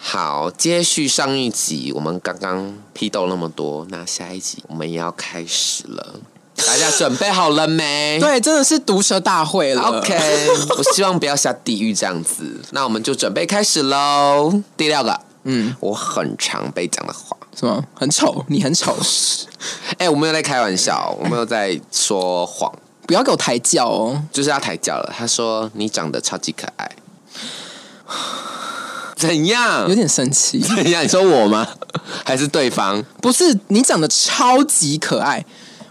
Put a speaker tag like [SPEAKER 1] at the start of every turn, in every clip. [SPEAKER 1] 好，接续上一集，我们刚刚批斗那么多，那下一集我们也要开始了，大家准备好了没？
[SPEAKER 2] 对，真的是毒舌大会了。
[SPEAKER 1] OK，我希望不要下地狱这样子。那我们就准备开始喽。第六个，
[SPEAKER 2] 嗯，
[SPEAKER 1] 我很常被讲的话，
[SPEAKER 2] 什么？很丑，你很丑，
[SPEAKER 1] 哎、我没有在开玩
[SPEAKER 2] 嗯
[SPEAKER 1] 笑，我没有在说谎，
[SPEAKER 2] 不要给我抬轿哦。
[SPEAKER 1] 就是要抬轿了。他说你长得超级可爱， 怎样
[SPEAKER 2] 有？点生气，
[SPEAKER 1] 怎样？你说我吗？ 还是对方？
[SPEAKER 2] 不是你长得超级可爱，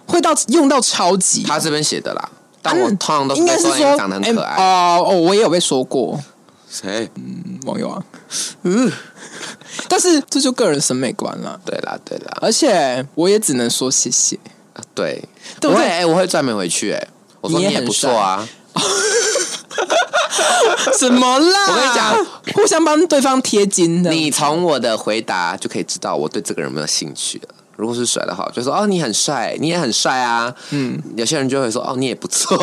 [SPEAKER 2] 会到用到超级。
[SPEAKER 1] 他这边写的啦，但我
[SPEAKER 2] 嗯
[SPEAKER 1] 通常都
[SPEAKER 2] 应该
[SPEAKER 1] 被
[SPEAKER 2] 是
[SPEAKER 1] 说
[SPEAKER 2] 说
[SPEAKER 1] 你长得很可
[SPEAKER 2] 哎
[SPEAKER 1] 爱。
[SPEAKER 2] 哦、哦，我也有被说过，
[SPEAKER 1] 谁？
[SPEAKER 2] 嗯网友啊， 嗯，但是这就个人审美观了。
[SPEAKER 1] 对啦，对啦，
[SPEAKER 2] 而且我也只能说 谢谢，
[SPEAKER 1] 对，
[SPEAKER 2] 对
[SPEAKER 1] 我
[SPEAKER 2] 不
[SPEAKER 1] 会
[SPEAKER 2] 对
[SPEAKER 1] 哎我会赚没回去哎。我说
[SPEAKER 2] 你
[SPEAKER 1] 你
[SPEAKER 2] 也
[SPEAKER 1] 也
[SPEAKER 2] 很
[SPEAKER 1] 不错啊，
[SPEAKER 2] 什么啦？
[SPEAKER 1] 我跟你
[SPEAKER 2] 讲，互相帮对方贴金的，
[SPEAKER 1] 你从我的回答就可以知道我对这个人有没有兴趣了。如果是帅的话，我就说哦你很帅，你也很帅啊。嗯，有些人就会说哦你也不错，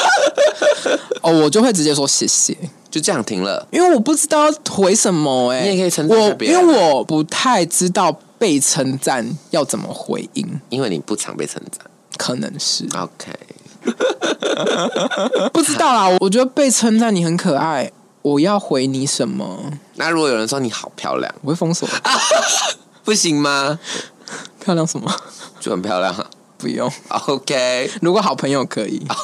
[SPEAKER 2] 哦，我就会直接说谢谢，
[SPEAKER 1] 就这样停了。
[SPEAKER 2] 因为我不知道要回什么哎、
[SPEAKER 1] 你也可以称赞一下
[SPEAKER 2] 我，
[SPEAKER 1] 别
[SPEAKER 2] 因
[SPEAKER 1] 人
[SPEAKER 2] 为我不太知道被称赞要怎么回应，
[SPEAKER 1] 因为你不常被称赞。
[SPEAKER 2] 可能是
[SPEAKER 1] OK，
[SPEAKER 2] 不知道啦。我我觉得被称赞你很可爱，我要回你什么？
[SPEAKER 1] 那如果有人说你好漂亮，
[SPEAKER 2] 我会封锁，
[SPEAKER 1] 啊不行吗？
[SPEAKER 2] 漂亮什么？
[SPEAKER 1] 就很漂亮啊。
[SPEAKER 2] 不用。
[SPEAKER 1] OK，
[SPEAKER 2] 如果好朋友可以，
[SPEAKER 1] 啊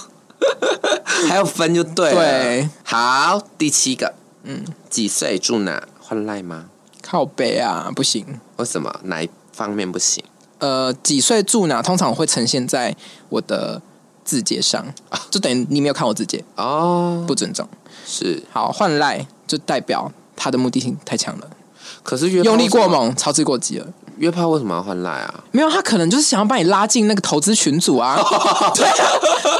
[SPEAKER 1] 还有分就对了。
[SPEAKER 2] 对，
[SPEAKER 1] 好，第七个，嗯，几岁住哪？换赖吗？
[SPEAKER 2] 靠背啊，不行。
[SPEAKER 1] 为什么哪一方面不行？
[SPEAKER 2] 呃，几岁住哪？通常会呈现在我的字节上，
[SPEAKER 1] 啊
[SPEAKER 2] 就等于你没有看我字节，
[SPEAKER 1] 哦，
[SPEAKER 2] 不尊重。
[SPEAKER 1] 是，
[SPEAKER 2] 好，换赖就代表他的目的性太强了，
[SPEAKER 1] 可是约炮
[SPEAKER 2] 用力过
[SPEAKER 1] 为什么？
[SPEAKER 2] 猛，操之过急了。
[SPEAKER 1] 约炮为什么要换赖啊？
[SPEAKER 2] 没有，他可能就是想要把你拉进那个投资群组 啊，对啊，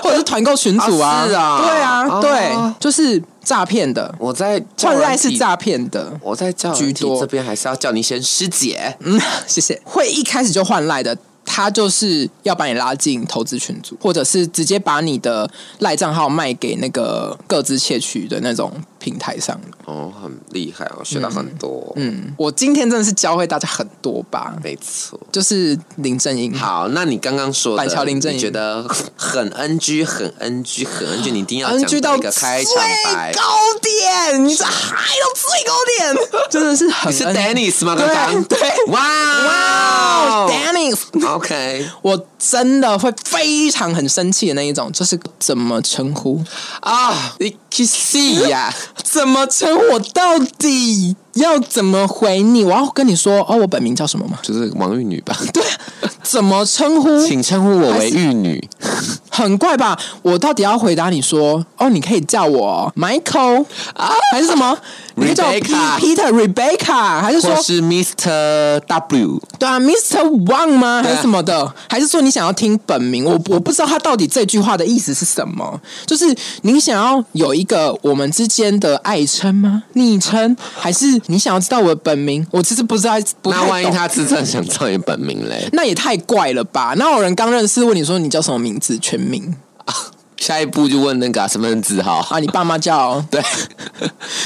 [SPEAKER 2] 或者是团购群组啊，
[SPEAKER 1] 啊是啊
[SPEAKER 2] 对啊，
[SPEAKER 1] 哦
[SPEAKER 2] 对，就是诈骗的，
[SPEAKER 1] 我在叫
[SPEAKER 2] 换赖
[SPEAKER 1] 软体
[SPEAKER 2] 是，诈骗的。
[SPEAKER 1] 我在叫
[SPEAKER 2] 居
[SPEAKER 1] 居
[SPEAKER 2] 多
[SPEAKER 1] 多这边还是要叫你一声师姐。
[SPEAKER 2] 嗯，谢谢。会一开始就换赖的，他就是要把你拉进投资群组，或者是直接把你的赖账号卖给那个各自窃取的那种平台上的。
[SPEAKER 1] 哦，很厉害，我学到很多。
[SPEAKER 2] 嗯，我今天真的是教会大家很多吧，
[SPEAKER 1] 没错。
[SPEAKER 2] 就是林正英。
[SPEAKER 1] 好，那你刚刚说的，
[SPEAKER 2] 板桥林正英
[SPEAKER 1] 你觉得很 NG，很 NG，很 NG，你一定要讲
[SPEAKER 2] NG 到
[SPEAKER 1] 一个开场白。
[SPEAKER 2] 最高点，你这嗨到最高点，真的是很
[SPEAKER 1] 你是
[SPEAKER 2] NG
[SPEAKER 1] Dennis 吗？
[SPEAKER 2] 对
[SPEAKER 1] 刚刚
[SPEAKER 2] 对
[SPEAKER 1] 哇
[SPEAKER 2] 哇 d a n n y
[SPEAKER 1] OK，
[SPEAKER 2] 我真的会非常很生气的那一种，就是怎么称呼，Ah,
[SPEAKER 1] 啊，你去死呀！
[SPEAKER 2] 怎么称呼我到底要怎么回你？我要跟你说哦，我本名叫什么吗？
[SPEAKER 1] 就是王玉女吧，
[SPEAKER 2] 对，怎么称呼？
[SPEAKER 1] 请称呼我为玉女。
[SPEAKER 2] 很怪吧？我到底要回答你说哦，你可以叫我 Michael 啊，还是什么？你可以叫我 P-
[SPEAKER 1] Rebecca
[SPEAKER 2] Peter Rebecca，还是说
[SPEAKER 1] 或是 Mr. W，
[SPEAKER 2] 对啊，Mr. Wang 吗？
[SPEAKER 1] 对啊
[SPEAKER 2] 还是什么的？还是说你想要听本名？我我不知道他到底这句话的意思是什么。就是你想要有一个我们之间的爱称吗？昵称？还是你想要知道我的本名？我其实不知道，不太
[SPEAKER 1] 那万一
[SPEAKER 2] 懂
[SPEAKER 1] 他自称想叫你本名嘞？
[SPEAKER 2] 那也太怪了吧？那有人刚认识问你说你叫什么名字？全名
[SPEAKER 1] 啊下一步就问那个啊身份证字号，
[SPEAKER 2] 啊？你爸妈叫？
[SPEAKER 1] 对，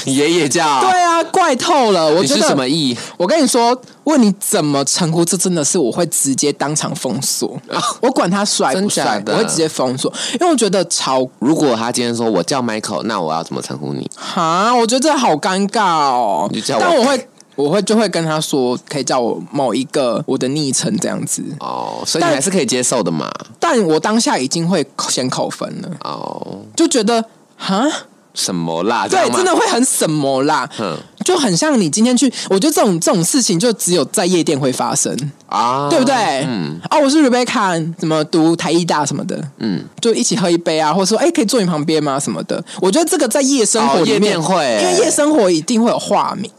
[SPEAKER 1] 你爷爷叫，
[SPEAKER 2] 对啊，怪透了。我
[SPEAKER 1] 你
[SPEAKER 2] 觉
[SPEAKER 1] 是
[SPEAKER 2] 得
[SPEAKER 1] 什么意？
[SPEAKER 2] 我跟你说，问你怎么称呼，这真的是我会直接当场封锁。 我管他帅不
[SPEAKER 1] 真假
[SPEAKER 2] 帅，
[SPEAKER 1] 的
[SPEAKER 2] 我会直接封锁，因为我觉得超
[SPEAKER 1] 如果他今天说我叫 Michael，那我要怎么称呼你？
[SPEAKER 2] 哈，我觉得这好尴尬哦。
[SPEAKER 1] 你就叫我
[SPEAKER 2] 但我会，我会就会跟他说，可以叫我某一个我的昵称这样子。
[SPEAKER 1] 哦，所以你
[SPEAKER 2] 但
[SPEAKER 1] 还是可以接受的嘛。
[SPEAKER 2] 但我当下已经会先扣分了，
[SPEAKER 1] 哦，
[SPEAKER 2] 就觉得哈，
[SPEAKER 1] 什么啦？这
[SPEAKER 2] 对，
[SPEAKER 1] 样吗
[SPEAKER 2] 真的，会很什么啦，
[SPEAKER 1] 嗯
[SPEAKER 2] 就很像你今天去，我觉得这种这种事情就只有在夜店会发生。
[SPEAKER 1] 啊，
[SPEAKER 2] 对不对？
[SPEAKER 1] 嗯，
[SPEAKER 2] 哦，我是 Rebecca，怎么读台艺大什么的，
[SPEAKER 1] 嗯，
[SPEAKER 2] 就一起喝一杯啊，或者说，哎，可以坐你旁边吗？什么的。我觉得这个在夜生活
[SPEAKER 1] 哦
[SPEAKER 2] 里面
[SPEAKER 1] 夜店会
[SPEAKER 2] 因为夜生活一定会有化名，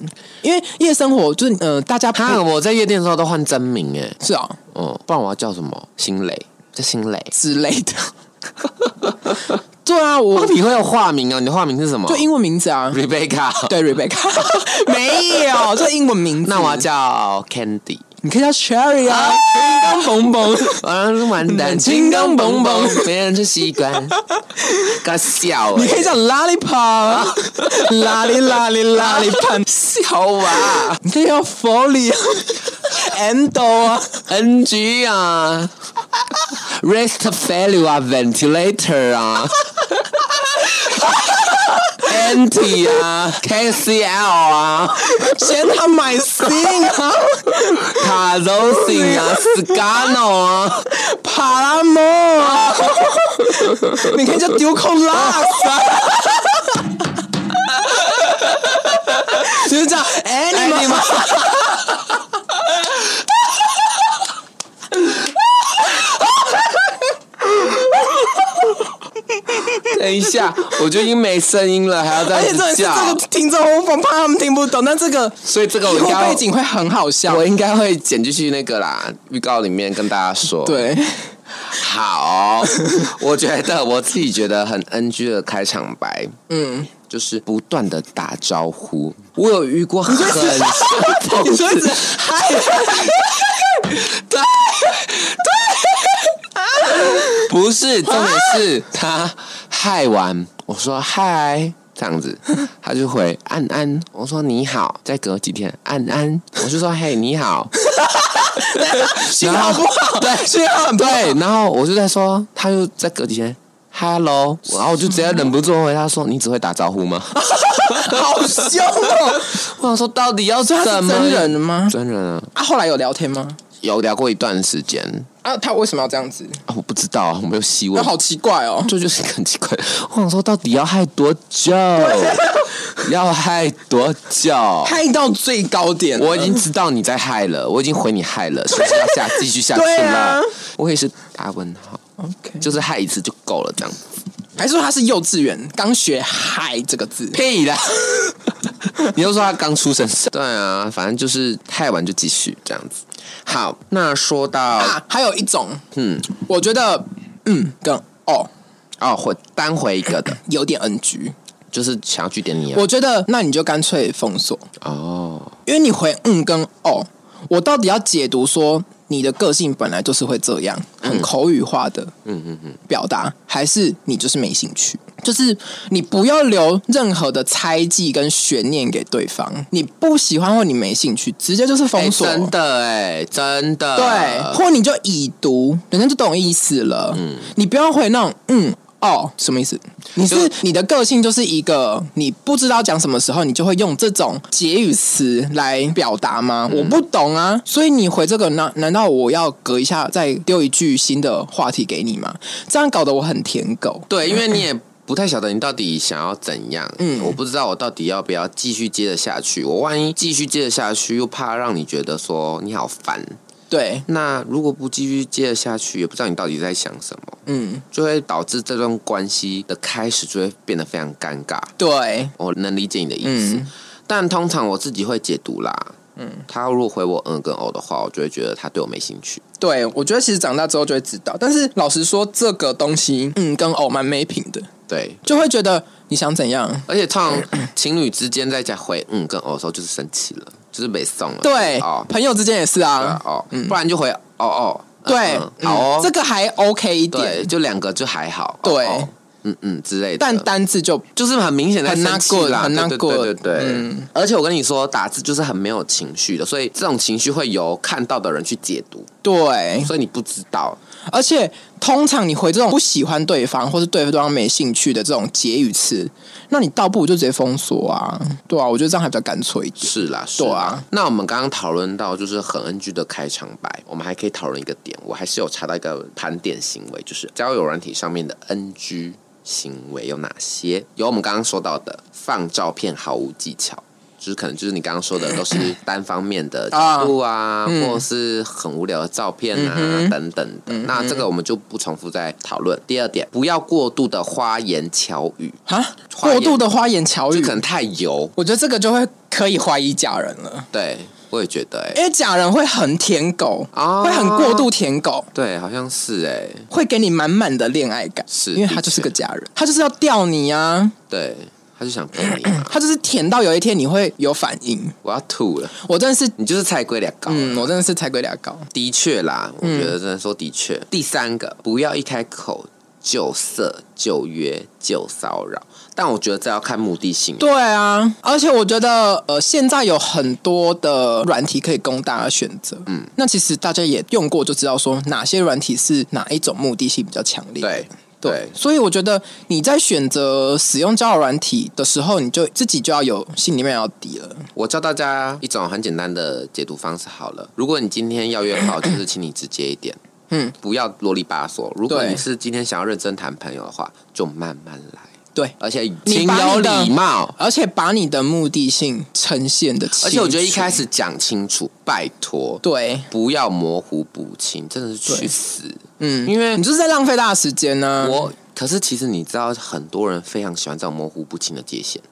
[SPEAKER 2] 因为夜生活就是呃，大家不
[SPEAKER 1] 他我在夜店的时候都换真名哎，
[SPEAKER 2] 是啊、
[SPEAKER 1] 嗯，不然我要叫什么？新蕾，叫新蕾。
[SPEAKER 2] 之类的。 对啊，我
[SPEAKER 1] 哦，你会有化名哦？你的化名是什么？
[SPEAKER 2] 就英文名字啊，
[SPEAKER 1] Rebecca。
[SPEAKER 2] 对 Rebecca，没有，这英文名字。
[SPEAKER 1] 那我要叫 Candy。
[SPEAKER 2] 你可以叫 Cherry 啊，金刚蹦蹦，
[SPEAKER 1] 啊，完蛋，
[SPEAKER 2] 金 刚蹦蹦，
[SPEAKER 1] 没人去习惯，搞笑
[SPEAKER 2] 你可
[SPEAKER 1] 欸，
[SPEAKER 2] 以叫 Lollipop，啊 啦哩啦哩啦哩喷，
[SPEAKER 1] 笑吧
[SPEAKER 2] 你可以叫 Folly 啊，Endo 啊，
[SPEAKER 1] ，NG 啊，rest value 啊，ventilator 啊。NT 啊，KCL 啊，
[SPEAKER 2] 嫌他买 C 啊
[SPEAKER 1] 卡柔型啊，Scano 啊，
[SPEAKER 2] ，Palamo 啊，你可以叫 Duco l a s 啊。就是这
[SPEAKER 1] er
[SPEAKER 2] 样，哎、你们
[SPEAKER 1] 等一下，我就已经没声音了，还要
[SPEAKER 2] 而
[SPEAKER 1] 再
[SPEAKER 2] 且
[SPEAKER 1] 一
[SPEAKER 2] 重点
[SPEAKER 1] 直
[SPEAKER 2] 是
[SPEAKER 1] 叫，
[SPEAKER 2] 哎这个听众，我怕他们听不懂，但这个
[SPEAKER 1] 所以这个我
[SPEAKER 2] 以
[SPEAKER 1] 应
[SPEAKER 2] 后
[SPEAKER 1] 该
[SPEAKER 2] 背景会很好笑
[SPEAKER 1] 我。应该会剪进去那个啦，预告里面跟大家说。，
[SPEAKER 2] 对，
[SPEAKER 1] 好，我觉得我自己觉得很 NG 的开场白，
[SPEAKER 2] 嗯，
[SPEAKER 1] 就是不断的打招呼。我有遇过很生动
[SPEAKER 2] 你说一直嗨，
[SPEAKER 1] 不是，重点是他嗨完，我说嗨。这样子，他就回安安，我说你好，再隔几天安安，我就说嘿你 好，
[SPEAKER 2] 信号不好， 对，信号很不好。
[SPEAKER 1] 对，然后我就在说，他就在隔几天，Hello，然后我就直接忍不住回他说：“你只会打招呼吗
[SPEAKER 2] 好凶哦！？”
[SPEAKER 1] 我想说，到底要
[SPEAKER 2] 所以他
[SPEAKER 1] 怎
[SPEAKER 2] 是
[SPEAKER 1] 么
[SPEAKER 2] 真人吗？
[SPEAKER 1] 真人啊，
[SPEAKER 2] 啊，后来有聊天吗？
[SPEAKER 1] 有聊过一段时间
[SPEAKER 2] 啊，他为什么要这样子？
[SPEAKER 1] 啊，我不知道啊，我没有细
[SPEAKER 2] 那
[SPEAKER 1] 问，
[SPEAKER 2] 好奇怪哦。
[SPEAKER 1] 这就是很奇怪。我想说，到底要害多 久？要害多久？
[SPEAKER 2] 嗨到最高点了，
[SPEAKER 1] 我已经知道你在害了，我已经回你害了，是不是要下继续下去
[SPEAKER 2] 对啊
[SPEAKER 1] 了？我可以是打问号，
[SPEAKER 2] OK，
[SPEAKER 1] 就是害一次就够了，这样
[SPEAKER 2] 还是说他是幼稚园刚学“嗨”这个字？
[SPEAKER 1] 屁啦！ 你又说他刚出生，对啊，反正就是太晚就继续这样子。好，那说到、
[SPEAKER 2] 啊，还有一种，
[SPEAKER 1] 嗯，
[SPEAKER 2] 我觉得嗯跟哦
[SPEAKER 1] 哦，回单回一个的，
[SPEAKER 2] 有点 NG。
[SPEAKER 1] 就是想要据点你啊
[SPEAKER 2] 我觉得那你就干脆封锁，
[SPEAKER 1] 哦，
[SPEAKER 2] 因为你回嗯跟哦，我到底要解读说你的个性本来就是会这样，很口语化的，嗯嗯嗯，表达，还是你就是没兴趣？就是你不要留任何的猜忌跟悬念给对方，你不喜欢或你没兴趣，直接就是封
[SPEAKER 1] 哎
[SPEAKER 2] 锁。
[SPEAKER 1] 真的哎、真的呃
[SPEAKER 2] 对，或你就已读，人家就懂意思了。嗯，你不要回那种嗯哦什么意思？你是你的个性就是一个你不知道讲什么时候，你就会用这种结语词来表达吗？我不懂啊，所以你回这个，难难道我要隔一下再丢一句新的话题给你吗？这样搞得我很舔狗。
[SPEAKER 1] 对，因为你也不太晓得你到底想要怎样。嗯，我不知道我到底要不要继续接着下去。我万一继续接着下去，又怕让你觉得说你好烦。
[SPEAKER 2] 对，
[SPEAKER 1] 那如果不继续接着下去，也不知道你到底在想什么，
[SPEAKER 2] 嗯，
[SPEAKER 1] 就会导致这段关系的开始就会变得非常尴尬。
[SPEAKER 2] 对，
[SPEAKER 1] 我能理解你的意思，
[SPEAKER 2] 嗯
[SPEAKER 1] 但通常我自己会解读啦。嗯，他如果回我嗯跟哦的话，我就会觉得他对我没兴趣。
[SPEAKER 2] 对，我觉得其实长大之后就会知道，但是老实说，这个东西，嗯，跟偶蛮没品的，
[SPEAKER 1] 对，
[SPEAKER 2] 就会觉得你想怎样？
[SPEAKER 1] 而且通常情侣之间在家回嗯跟哦的时候，就是生气了，就是被送了。
[SPEAKER 2] 对，
[SPEAKER 1] 哦，
[SPEAKER 2] 朋友之间也是
[SPEAKER 1] 对
[SPEAKER 2] 啊
[SPEAKER 1] 啊，哦，不然就回哦哦，嗯
[SPEAKER 2] 对
[SPEAKER 1] 嗯，
[SPEAKER 2] 嗯
[SPEAKER 1] 好哦，
[SPEAKER 2] 这个还 OK 一
[SPEAKER 1] 对，
[SPEAKER 2] 点，
[SPEAKER 1] 就两个就还好。哦
[SPEAKER 2] 对
[SPEAKER 1] 哦嗯嗯之类的，
[SPEAKER 2] 但单字就
[SPEAKER 1] 就是很明显在
[SPEAKER 2] 很
[SPEAKER 1] 生
[SPEAKER 2] not
[SPEAKER 1] 气啦，
[SPEAKER 2] good，很
[SPEAKER 1] 对
[SPEAKER 2] not
[SPEAKER 1] 对对对
[SPEAKER 2] good，
[SPEAKER 1] 对
[SPEAKER 2] 嗯
[SPEAKER 1] 而且我跟你说，打字就是很没有情绪的，所以这种情绪会由看到的人去解读，
[SPEAKER 2] 对，
[SPEAKER 1] 所以你不知道。
[SPEAKER 2] 而且通常你回这种不喜欢对方或是对方没兴趣的这种结语词，那你倒不如就直接封锁啊，对啊，我觉得这样还比较干脆一点。
[SPEAKER 1] 是啦，是
[SPEAKER 2] 对
[SPEAKER 1] 啦
[SPEAKER 2] 啊。
[SPEAKER 1] 那我们刚刚讨论到就是很 NG 的开场白，我们还可以讨论一个点，我还是有查到一个盘点行为，就是交友软体上面的 NG 行为有哪些？有我们刚刚说到的放照片毫无技巧。就是可能就是你刚刚说的，都是单方面的角度啊，
[SPEAKER 2] 嗯
[SPEAKER 1] 或者是很无聊的照片啊、等等的。那这个我们就不重复再讨论。第二点，不要过度的花言巧语，
[SPEAKER 2] 啊，
[SPEAKER 1] 花
[SPEAKER 2] 过
[SPEAKER 1] 言
[SPEAKER 2] 度的花言巧
[SPEAKER 1] 就
[SPEAKER 2] 语
[SPEAKER 1] 可，能太油。
[SPEAKER 2] 我觉得这个就会可以怀疑假人了，
[SPEAKER 1] 对，我也觉得、欸，
[SPEAKER 2] 因为假人会很舔狗，
[SPEAKER 1] 啊
[SPEAKER 2] 哎会很过度舔狗。
[SPEAKER 1] 对，好像是哎、
[SPEAKER 2] 会给你满满的恋爱感，
[SPEAKER 1] 是
[SPEAKER 2] 因为他
[SPEAKER 1] 的
[SPEAKER 2] 就是
[SPEAKER 1] 确
[SPEAKER 2] 个假人，他就是要吊你啊，
[SPEAKER 1] 对，他就想骗你嘛。
[SPEAKER 2] 它就是甜到有一天你会有反应。
[SPEAKER 1] 我要吐了，
[SPEAKER 2] 我真的是，
[SPEAKER 1] 你就是菜龟俩高。
[SPEAKER 2] 嗯，我真的是菜龟俩高。
[SPEAKER 1] 的确啦，我觉得真的说的确。第三个，不要一开口就色、就约、就骚扰，但我觉得这要看目的性。
[SPEAKER 2] 对啊，而且我觉得呃，现在有很多的软体可以供大家选择。嗯，那其实大家也用过就知道说哪些软体是哪一种目的性比较强烈。
[SPEAKER 1] 对
[SPEAKER 2] 对，所以我觉得你在选择使用交友软体的时候，你就自己就要有心里面要有底了。
[SPEAKER 1] 我教大家一种很简单的解读方式好了。如果你今天要约炮，就是请你直接一点，嗯，不要啰里吧嗦。如果
[SPEAKER 2] 对
[SPEAKER 1] 你是今天想要认真谈朋友的话，就慢慢来，
[SPEAKER 2] 对，
[SPEAKER 1] 而且
[SPEAKER 2] 你
[SPEAKER 1] 请
[SPEAKER 2] 把
[SPEAKER 1] 有
[SPEAKER 2] 你的
[SPEAKER 1] 礼貌。
[SPEAKER 2] 而且把你的目的性呈现的，
[SPEAKER 1] 而且我觉得一开始讲清楚，拜托，
[SPEAKER 2] 对，
[SPEAKER 1] 不要模糊不清，真的是去死。
[SPEAKER 2] 嗯，
[SPEAKER 1] 因为
[SPEAKER 2] 你就是在浪费大家时间啊呢、
[SPEAKER 1] 我可是其实你知道，很多人非常喜欢这种模糊不清的界限，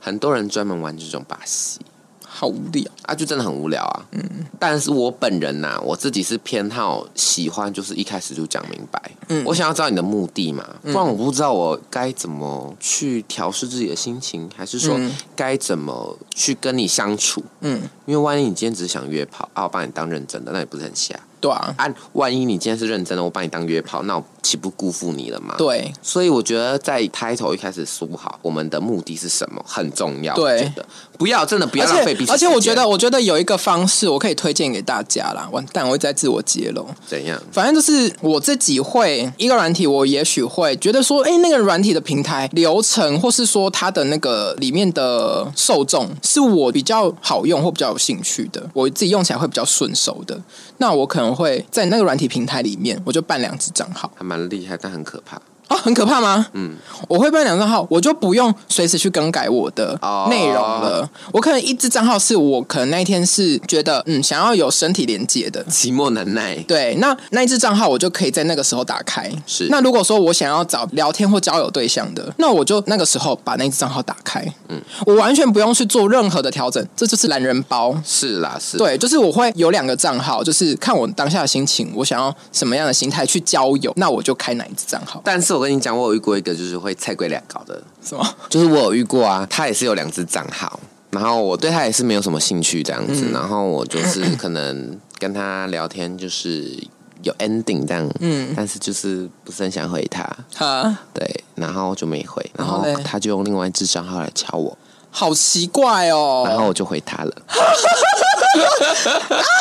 [SPEAKER 1] 很多人专门玩这种把戏。
[SPEAKER 2] 好无聊。
[SPEAKER 1] 啊，就真的很无聊啊。嗯，但是我本人呐、我自己是偏好喜欢，就是一开始就讲明白。嗯，我想要知道你的目的嘛，
[SPEAKER 2] 嗯
[SPEAKER 1] 不然我不知道我该怎么去调试自己的心情，还是说该怎么去跟你相处。
[SPEAKER 2] 嗯，
[SPEAKER 1] 因为万一你今天只是想约炮啊，我把你当认真的，那也不是很瞎
[SPEAKER 2] 对啊，
[SPEAKER 1] 啊。万一你今天是认真的，我把你当约炮，那我岂不辜负你了吗？。
[SPEAKER 2] 对，
[SPEAKER 1] 所以我觉得在开头一开始说好我们的目的是什么很重要。
[SPEAKER 2] 对
[SPEAKER 1] 我觉得不要真的不要
[SPEAKER 2] 而
[SPEAKER 1] 浪费彼
[SPEAKER 2] 且
[SPEAKER 1] 此
[SPEAKER 2] 而且我
[SPEAKER 1] 时间
[SPEAKER 2] 觉得，我觉得有一个方式我可以推荐给大家啦。完蛋，我一直在自我揭露。
[SPEAKER 1] 怎样？
[SPEAKER 2] 反正就是我自己会一个软体，我也许会觉得说，哎、那个软体的平台流程，或是说它的那个里面的受众，是我比较好用或比较有兴趣的，我自己用起来会比较顺手的。那我可能会在那个软体平台里面，我就办两只账号
[SPEAKER 1] 还蛮厉害，但很可怕。
[SPEAKER 2] 啊，很可怕吗？嗯，我会办两账号，我就不用随时去更改我的
[SPEAKER 1] 哦
[SPEAKER 2] 内容了。我可能一只账号是我可能那一天是觉得嗯想要有身体连接的，
[SPEAKER 1] 寂寞难耐，
[SPEAKER 2] 对，那那一只账号我就可以在那个时候打开。
[SPEAKER 1] 是
[SPEAKER 2] 那如果说我想要找聊天或交友对象的，那我就那个时候把那只账号打开。嗯，我完全不用去做任何的调整，这就是懒人包。
[SPEAKER 1] 是啦，是。，
[SPEAKER 2] 对，就是我会有两个账号，就是看我当下的心情，我想要什么样的心态去交友，那我就开哪一只账号。
[SPEAKER 1] 但是我跟你讲，我有遇过一个就是会菜龟俩搞的，
[SPEAKER 2] 什么？
[SPEAKER 1] 就是我有遇过啊，他也是有两只账号，然后我对他也是没有什么兴趣这样
[SPEAKER 2] 嗯
[SPEAKER 1] 子，然后我 就是可能跟他聊天就是有 ending 这样，嗯，但是就是不是很想回他，
[SPEAKER 2] 哈，
[SPEAKER 1] 对，然后就没回，然
[SPEAKER 2] 后
[SPEAKER 1] 后
[SPEAKER 2] 嘞
[SPEAKER 1] 他就用另外一只账号来敲我，
[SPEAKER 2] 好奇怪
[SPEAKER 1] 然
[SPEAKER 2] 哦，
[SPEAKER 1] 后我就回他了，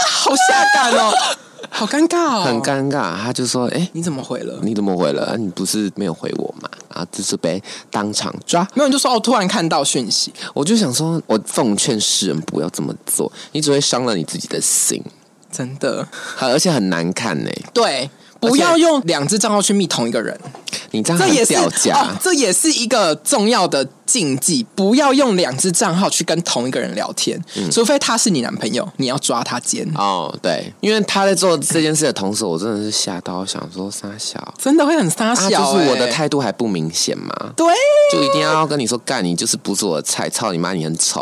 [SPEAKER 2] 好下感 哦，好尴尬哦，
[SPEAKER 1] 很。尴尬，他就说，哎、
[SPEAKER 2] 你怎么回了？
[SPEAKER 1] 你怎么回了？啊你不是没有回我吗？然后就是被当场抓。
[SPEAKER 2] 没有，你就说哦，突然看到讯息，
[SPEAKER 1] 我就想说，我奉劝世人不要这么做，你只会伤了你自己的心，
[SPEAKER 2] 真的。
[SPEAKER 1] 很而且很难看呢、
[SPEAKER 2] 对，
[SPEAKER 1] 而
[SPEAKER 2] 不
[SPEAKER 1] 且
[SPEAKER 2] 要用两只账号去密同一个人，
[SPEAKER 1] 你这样
[SPEAKER 2] 这也
[SPEAKER 1] 很
[SPEAKER 2] 是
[SPEAKER 1] 掉价。
[SPEAKER 2] 哦，这也是一个重要的禁忌。不要用两只账号去跟同一个人聊天，
[SPEAKER 1] 嗯
[SPEAKER 2] 除非他是你男朋友，你要抓他奸，
[SPEAKER 1] 哦，对，因为他在做这件事的同时，我真的是吓到，我想说傻小，
[SPEAKER 2] 真的会很
[SPEAKER 1] 他、
[SPEAKER 2] 撒小、欸
[SPEAKER 1] 啊就是我的态度还不明显吗？
[SPEAKER 2] 对
[SPEAKER 1] 就一定要跟你说，干你就是不是我的菜，操你妈，你很丑，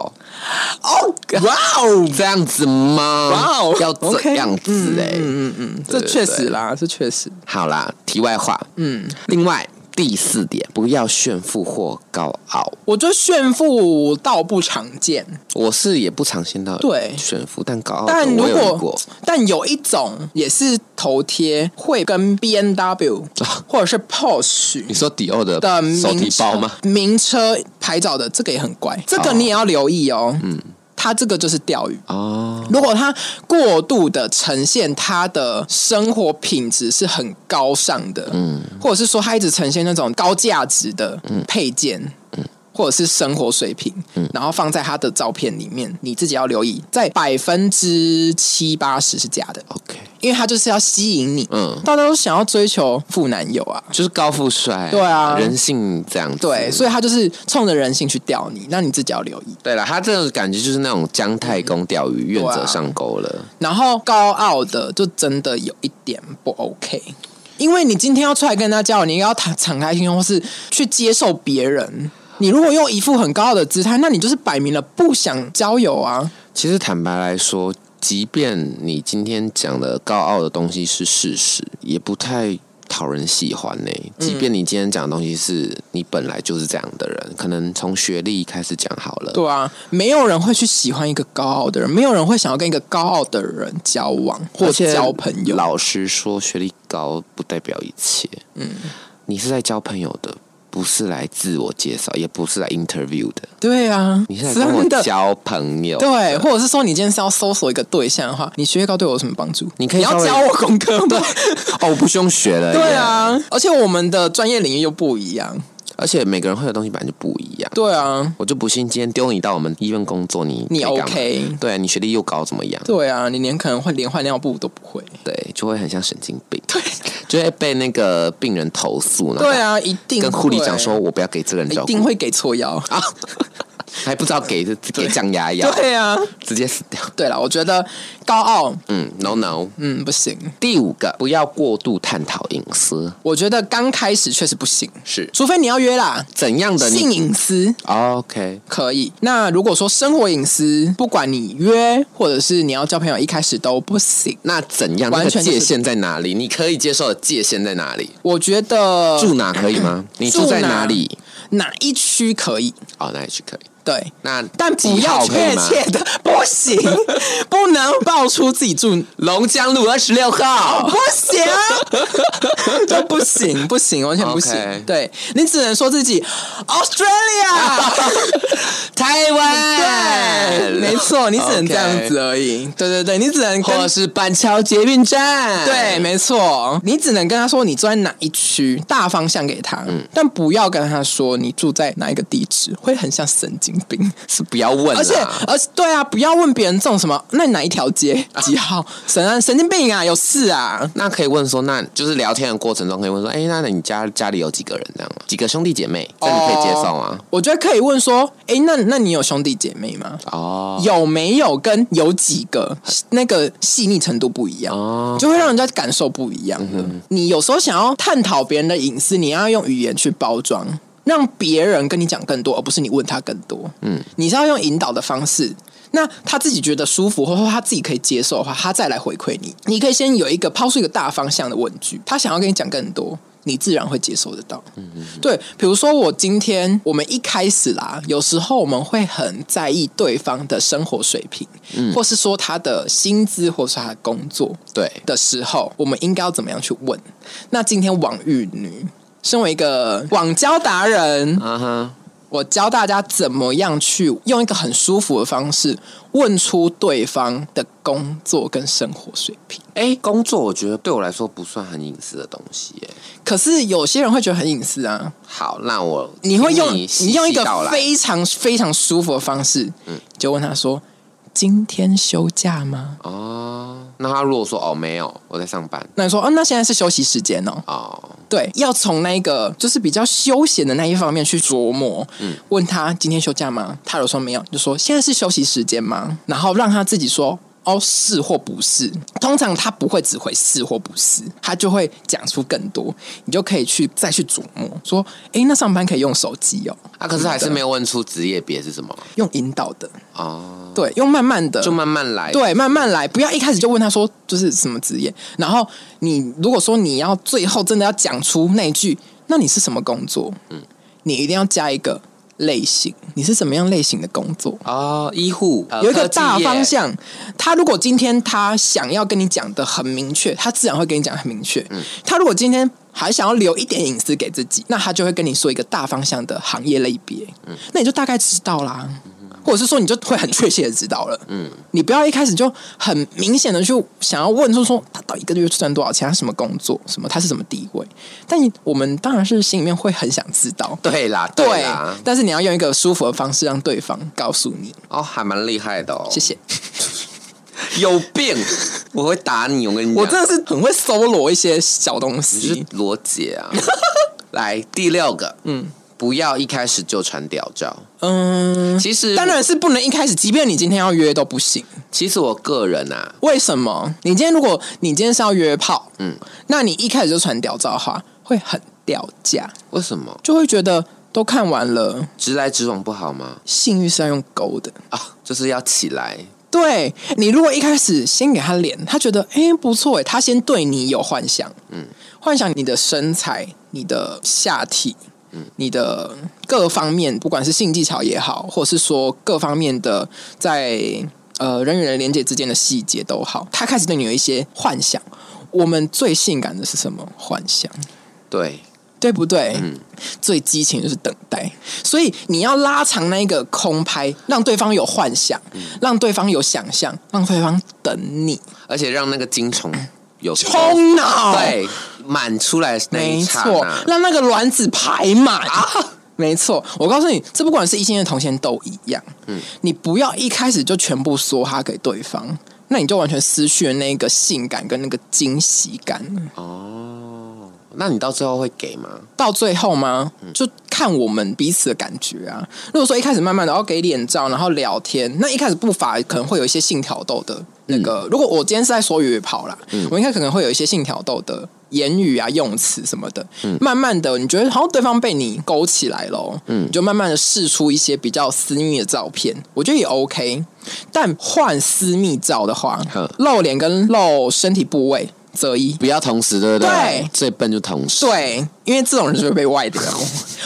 [SPEAKER 2] 哦，哇哦，
[SPEAKER 1] 这样子吗？
[SPEAKER 2] 哇哦
[SPEAKER 1] 要这
[SPEAKER 2] OK，
[SPEAKER 1] 样子哎、
[SPEAKER 2] 嗯嗯嗯，这
[SPEAKER 1] 对
[SPEAKER 2] 确实啦，这确实
[SPEAKER 1] 好啦，题外话，嗯，另外第四点，不要炫富或高傲。
[SPEAKER 2] 我觉得炫富倒不常见，
[SPEAKER 1] 我是也不常见到
[SPEAKER 2] 对
[SPEAKER 1] 炫富，但高傲的
[SPEAKER 2] 但
[SPEAKER 1] 哦
[SPEAKER 2] 如
[SPEAKER 1] 我有遇
[SPEAKER 2] 果
[SPEAKER 1] 过，
[SPEAKER 2] 但有一种也是头贴会跟 B N W 或者是 Porsche
[SPEAKER 1] 你说迪奥的
[SPEAKER 2] 的名
[SPEAKER 1] 啊手提包吗？
[SPEAKER 2] 车名车牌照的这个也很怪，这个你也要留意哦。嗯，他这个就是钓鱼。
[SPEAKER 1] 哦，
[SPEAKER 2] 如果他过度的呈现他的生活品质是很高尚的，嗯，或者是说他一直呈现那种高价值的配件，嗯，或者是生活水平，嗯，然后放在他的照片里面，你自己要留意，在百分之七八十是假的，
[SPEAKER 1] OK，
[SPEAKER 2] 因为他就是要吸引你，
[SPEAKER 1] 嗯
[SPEAKER 2] 大家都想要追求富男友啊，
[SPEAKER 1] 就是高富帅，
[SPEAKER 2] 对啊
[SPEAKER 1] 人性这样子。
[SPEAKER 2] 对，所
[SPEAKER 1] 以
[SPEAKER 2] 以他就是冲着人性去钓你，那你自己要留意。
[SPEAKER 1] 对了，他这种感觉就是那种姜太公钓鱼，愿
[SPEAKER 2] 啊
[SPEAKER 1] 者上钩了。
[SPEAKER 2] 然后高傲的就真的有一点不 OK，因为你今天要出来跟他交往，你要敞敞开心胸，或是去接受别人。你如果用一副很高傲的姿态，那你就是摆明了不想交友啊。
[SPEAKER 1] 其实坦白来说，即便你今天讲的高傲的东西是事实，也不太讨人喜欢呢、
[SPEAKER 2] 嗯
[SPEAKER 1] 即便你今天讲的东西是你本来就是这样的人，可能从学历开始讲好了。
[SPEAKER 2] 对啊，没有人会去喜欢一个高傲的人，没有人会想要跟一个高傲的人交往或
[SPEAKER 1] 而且
[SPEAKER 2] 交朋友。
[SPEAKER 1] 老实说，学历高不代表一切。嗯，你是在交朋友的，不是来自我介绍，也不是来 interview 的，
[SPEAKER 2] 对啊，
[SPEAKER 1] 你是来跟我
[SPEAKER 2] 真的
[SPEAKER 1] 交朋友。
[SPEAKER 2] 对，或者是说你今天是要搜索一个对象的话，你学历高对我有什么帮助？
[SPEAKER 1] 你可以
[SPEAKER 2] 要
[SPEAKER 1] 稍微哎
[SPEAKER 2] 教我功课吗？
[SPEAKER 1] 哦，我不是用学了。
[SPEAKER 2] 对，啊，而且我们的专业领域又不一样。
[SPEAKER 1] 而且每个人会的东西本来就不一样。
[SPEAKER 2] 对啊，
[SPEAKER 1] 我就不信今天丢你到我们医院工作，你
[SPEAKER 2] 你
[SPEAKER 1] 可以干嘛
[SPEAKER 2] OK
[SPEAKER 1] 对你学历又高怎么样？
[SPEAKER 2] 对啊，你连可能会连换尿布都不会。
[SPEAKER 1] 对，就会很像神经病，对，就会被那个病人投诉。然后
[SPEAKER 2] 对啊，一定
[SPEAKER 1] 跟护理长
[SPEAKER 2] 会
[SPEAKER 1] 说，啊我不要给这个人
[SPEAKER 2] 一
[SPEAKER 1] 照
[SPEAKER 2] 定
[SPEAKER 1] 顾，
[SPEAKER 2] 会给错药。
[SPEAKER 1] 还不知道给给降压药，
[SPEAKER 2] 对啊，
[SPEAKER 1] 直接死掉。
[SPEAKER 2] 对了，我觉得高傲，
[SPEAKER 1] 嗯，no no。
[SPEAKER 2] 嗯，不行。
[SPEAKER 1] 第五个，不要过度探讨隐私，
[SPEAKER 2] 我觉得刚开始确实不行，
[SPEAKER 1] 是
[SPEAKER 2] 除非你要约啦，
[SPEAKER 1] 怎样的你
[SPEAKER 2] 性
[SPEAKER 1] 哦
[SPEAKER 2] 隐私。
[SPEAKER 1] ？OK，
[SPEAKER 2] 可以。那如果说生活隐私，不管你约或者是你要交朋友，一开始都不行。
[SPEAKER 1] 那怎样？
[SPEAKER 2] 完
[SPEAKER 1] 那个
[SPEAKER 2] 全就是
[SPEAKER 1] 界限在哪里？你可以接受的界限在哪里？
[SPEAKER 2] 我觉得
[SPEAKER 1] 住哪可以 吗？你住在哪里？
[SPEAKER 2] 哪一区可以？
[SPEAKER 1] 哦，那也是可以。
[SPEAKER 2] 对，
[SPEAKER 1] 那
[SPEAKER 2] 但不
[SPEAKER 1] 几
[SPEAKER 2] 要
[SPEAKER 1] 号可以
[SPEAKER 2] 确
[SPEAKER 1] 吗
[SPEAKER 2] 切的，不行，不能爆出自己住，
[SPEAKER 1] 龙江路二十六号
[SPEAKER 2] 不。行，啊这不行，不行，完全不行。
[SPEAKER 1] OK
[SPEAKER 2] 对你只能说自己 Australia，
[SPEAKER 1] 台
[SPEAKER 2] 对，没错，你只能这样子而已。对对对，你只能
[SPEAKER 1] 或
[SPEAKER 2] 跟
[SPEAKER 1] 者是板桥捷运站，
[SPEAKER 2] 对，没错，你只能跟他说你住在哪一区，大方向给他，
[SPEAKER 1] 嗯
[SPEAKER 2] 但不要跟他说你住在哪一个地址，会很像神经病。
[SPEAKER 1] 是不要问啦，
[SPEAKER 2] 而且，而且，对啊，不要问别人这种什么，那你哪一条街几号？神啊，神经病啊，有事啊？
[SPEAKER 1] 那可以问说，那就是聊天的过程中可以问说，哎、那你家家里有几个人这样吗？几个兄弟姐妹？这你可以接受吗？
[SPEAKER 2] 哦我觉得可以问说，哎、那那你有兄弟姐妹吗？
[SPEAKER 1] 哦，
[SPEAKER 2] 有没有跟有几个那个细腻程度不一样，
[SPEAKER 1] 哦
[SPEAKER 2] 就会让人家感受不一样的。你有时候想要探讨别人的隐私，你要用语言去包装，让别人跟你讲更多，而不是你问他更多。嗯，你是要用引导的方式。那他自己觉得舒服，或者说他自己可以接受的话，他再来回馈你。你可以先有一个抛出一个大方向的问句，他想要跟你讲更多，你自然会接受得到。对，比如说我今天我们一开始啦，有时候我们会很在意对方的生活水平，或是说他的薪资，或是他的工作
[SPEAKER 1] 对，
[SPEAKER 2] 的时候，我们应该要怎么样去问？那今天网域女，身为一个网交达人，
[SPEAKER 1] 啊哈，
[SPEAKER 2] 我教大家怎么样去用一个很舒服的方式问出对方的工作跟生活水平。
[SPEAKER 1] 哎、工作我觉得对我来说不算很隐私的东西耶。
[SPEAKER 2] 可是有些人会觉得很隐私啊，
[SPEAKER 1] 好，那我
[SPEAKER 2] 你会用
[SPEAKER 1] 嗯你
[SPEAKER 2] 你
[SPEAKER 1] 细细
[SPEAKER 2] 用一个
[SPEAKER 1] 道来
[SPEAKER 2] 非常非常舒服的方式，就问他说：“今天休假吗
[SPEAKER 1] 哦，那他如果说哦没有，我在上班？”
[SPEAKER 2] 那你说：“哦，那现在是休息时间哦。
[SPEAKER 1] 哦，”
[SPEAKER 2] 对，要从那个就是比较休闲的那一方面去琢磨。问他今天休假吗？他有说没有，就说现在是休息时间吗？然后让他自己说。哦，是或不是？通常他不会只回是或不是，他就会讲出更多，你就可以去再去琢磨，说，诶，那上班可以用手机哦，
[SPEAKER 1] 啊，可是还是没有问出职业别是什么
[SPEAKER 2] 用引导的，
[SPEAKER 1] 哦，
[SPEAKER 2] 对，用慢慢的，
[SPEAKER 1] 就慢慢来。
[SPEAKER 2] 对，慢慢来，不要一开始就问他说就是什么职业。然后你如果说你要最后真的要讲出那一句，那你是什么工作？嗯，你一定要加一个类型，你是什么样类型的工作？
[SPEAKER 1] 哦，医护呃
[SPEAKER 2] 有一个
[SPEAKER 1] 科技
[SPEAKER 2] 大
[SPEAKER 1] 业
[SPEAKER 2] 方向，他如果今天他想要跟你讲的很明确，他自然会跟你讲得很明确。
[SPEAKER 1] 嗯
[SPEAKER 2] 他如果今天还想要留一点隐私给自己，那他就会跟你说一个大方向的行业类别，
[SPEAKER 1] 嗯
[SPEAKER 2] 那你就大概知道啦，或者是说你就会很确切的知道了。嗯，你不要一开始就很明显的就想要问说说他到底一个月赚多少钱，他什么工作，什么他是什么地位，但你我们当然是心里面会很想知道。
[SPEAKER 1] 对啦，
[SPEAKER 2] 对
[SPEAKER 1] 啦，，
[SPEAKER 2] 但是你要用一个舒服的方式让对方告诉你，
[SPEAKER 1] 哦，还蛮厉害的哦，
[SPEAKER 2] 谢谢。
[SPEAKER 1] 有 病，我会打你，我跟你讲，
[SPEAKER 2] 我真的是很会搜罗一些小东
[SPEAKER 1] 你是
[SPEAKER 2] 西。
[SPEAKER 1] 罗姐 啊。来第六个，嗯，不要一开始就传屌照。
[SPEAKER 2] 嗯，
[SPEAKER 1] 其实
[SPEAKER 2] 当，然是不能一开始，即便你今天要约都不行。
[SPEAKER 1] 其实我个人啊，
[SPEAKER 2] 为什么？你今天如果你今天是要约炮，嗯，那你一开始就传屌照的话，会很掉价，
[SPEAKER 1] 为什么
[SPEAKER 2] 就会觉得都看完了，
[SPEAKER 1] 直来直往不好吗？哦
[SPEAKER 2] 性欲是要用勾的。
[SPEAKER 1] 啊，就是要起来，
[SPEAKER 2] 对你如果一开始先给他脸，他觉得哎、诶不错哎，他先对你有幻想，嗯，幻想你的身材、你的下体、嗯，你的各方面，不管是性技巧也好，或是说各方面的在呃人与人连接之间的细节都好，他开始对你有一些幻想。我们最性感的是什么？幻想。
[SPEAKER 1] 对，
[SPEAKER 2] 对不对？最激情就是等待，所以你要拉长那一个空拍，让对方有幻想，让对方有想象，让对方等你
[SPEAKER 1] 而且让那个精 虫有
[SPEAKER 2] 冲脑，，
[SPEAKER 1] 对满出来的那一
[SPEAKER 2] 没啊
[SPEAKER 1] 刹
[SPEAKER 2] 错
[SPEAKER 1] 那，，
[SPEAKER 2] 让那个卵子排满。 没错，我告诉你，这不管是异性恋、同性恋都一样。嗯，你不要一开始就全部梭哈给对方，那你就完全失去了那个性感跟那个惊喜感。
[SPEAKER 1] 哦，那你到最后会给吗？
[SPEAKER 2] 到最后吗？就看我们彼此的感觉啊。如果说一开始慢慢的要给脸照，然后聊天，那一开始步伐可能会有一些性挑逗的那个。如果我今天是在说语跑啦，我应该可能会有一些性挑逗的言语啊、用词什么的。慢慢的，你觉得好像对方被你勾起来喽，嗯，你就慢慢的试出一些比较私密的照片，我觉得也 OK。但换私密照的话
[SPEAKER 1] 呵，
[SPEAKER 2] 露脸跟露身体部位择一。
[SPEAKER 1] 不要同时，对不
[SPEAKER 2] 对
[SPEAKER 1] 最笨就同时。
[SPEAKER 2] 对，因为这种人就会被外 流。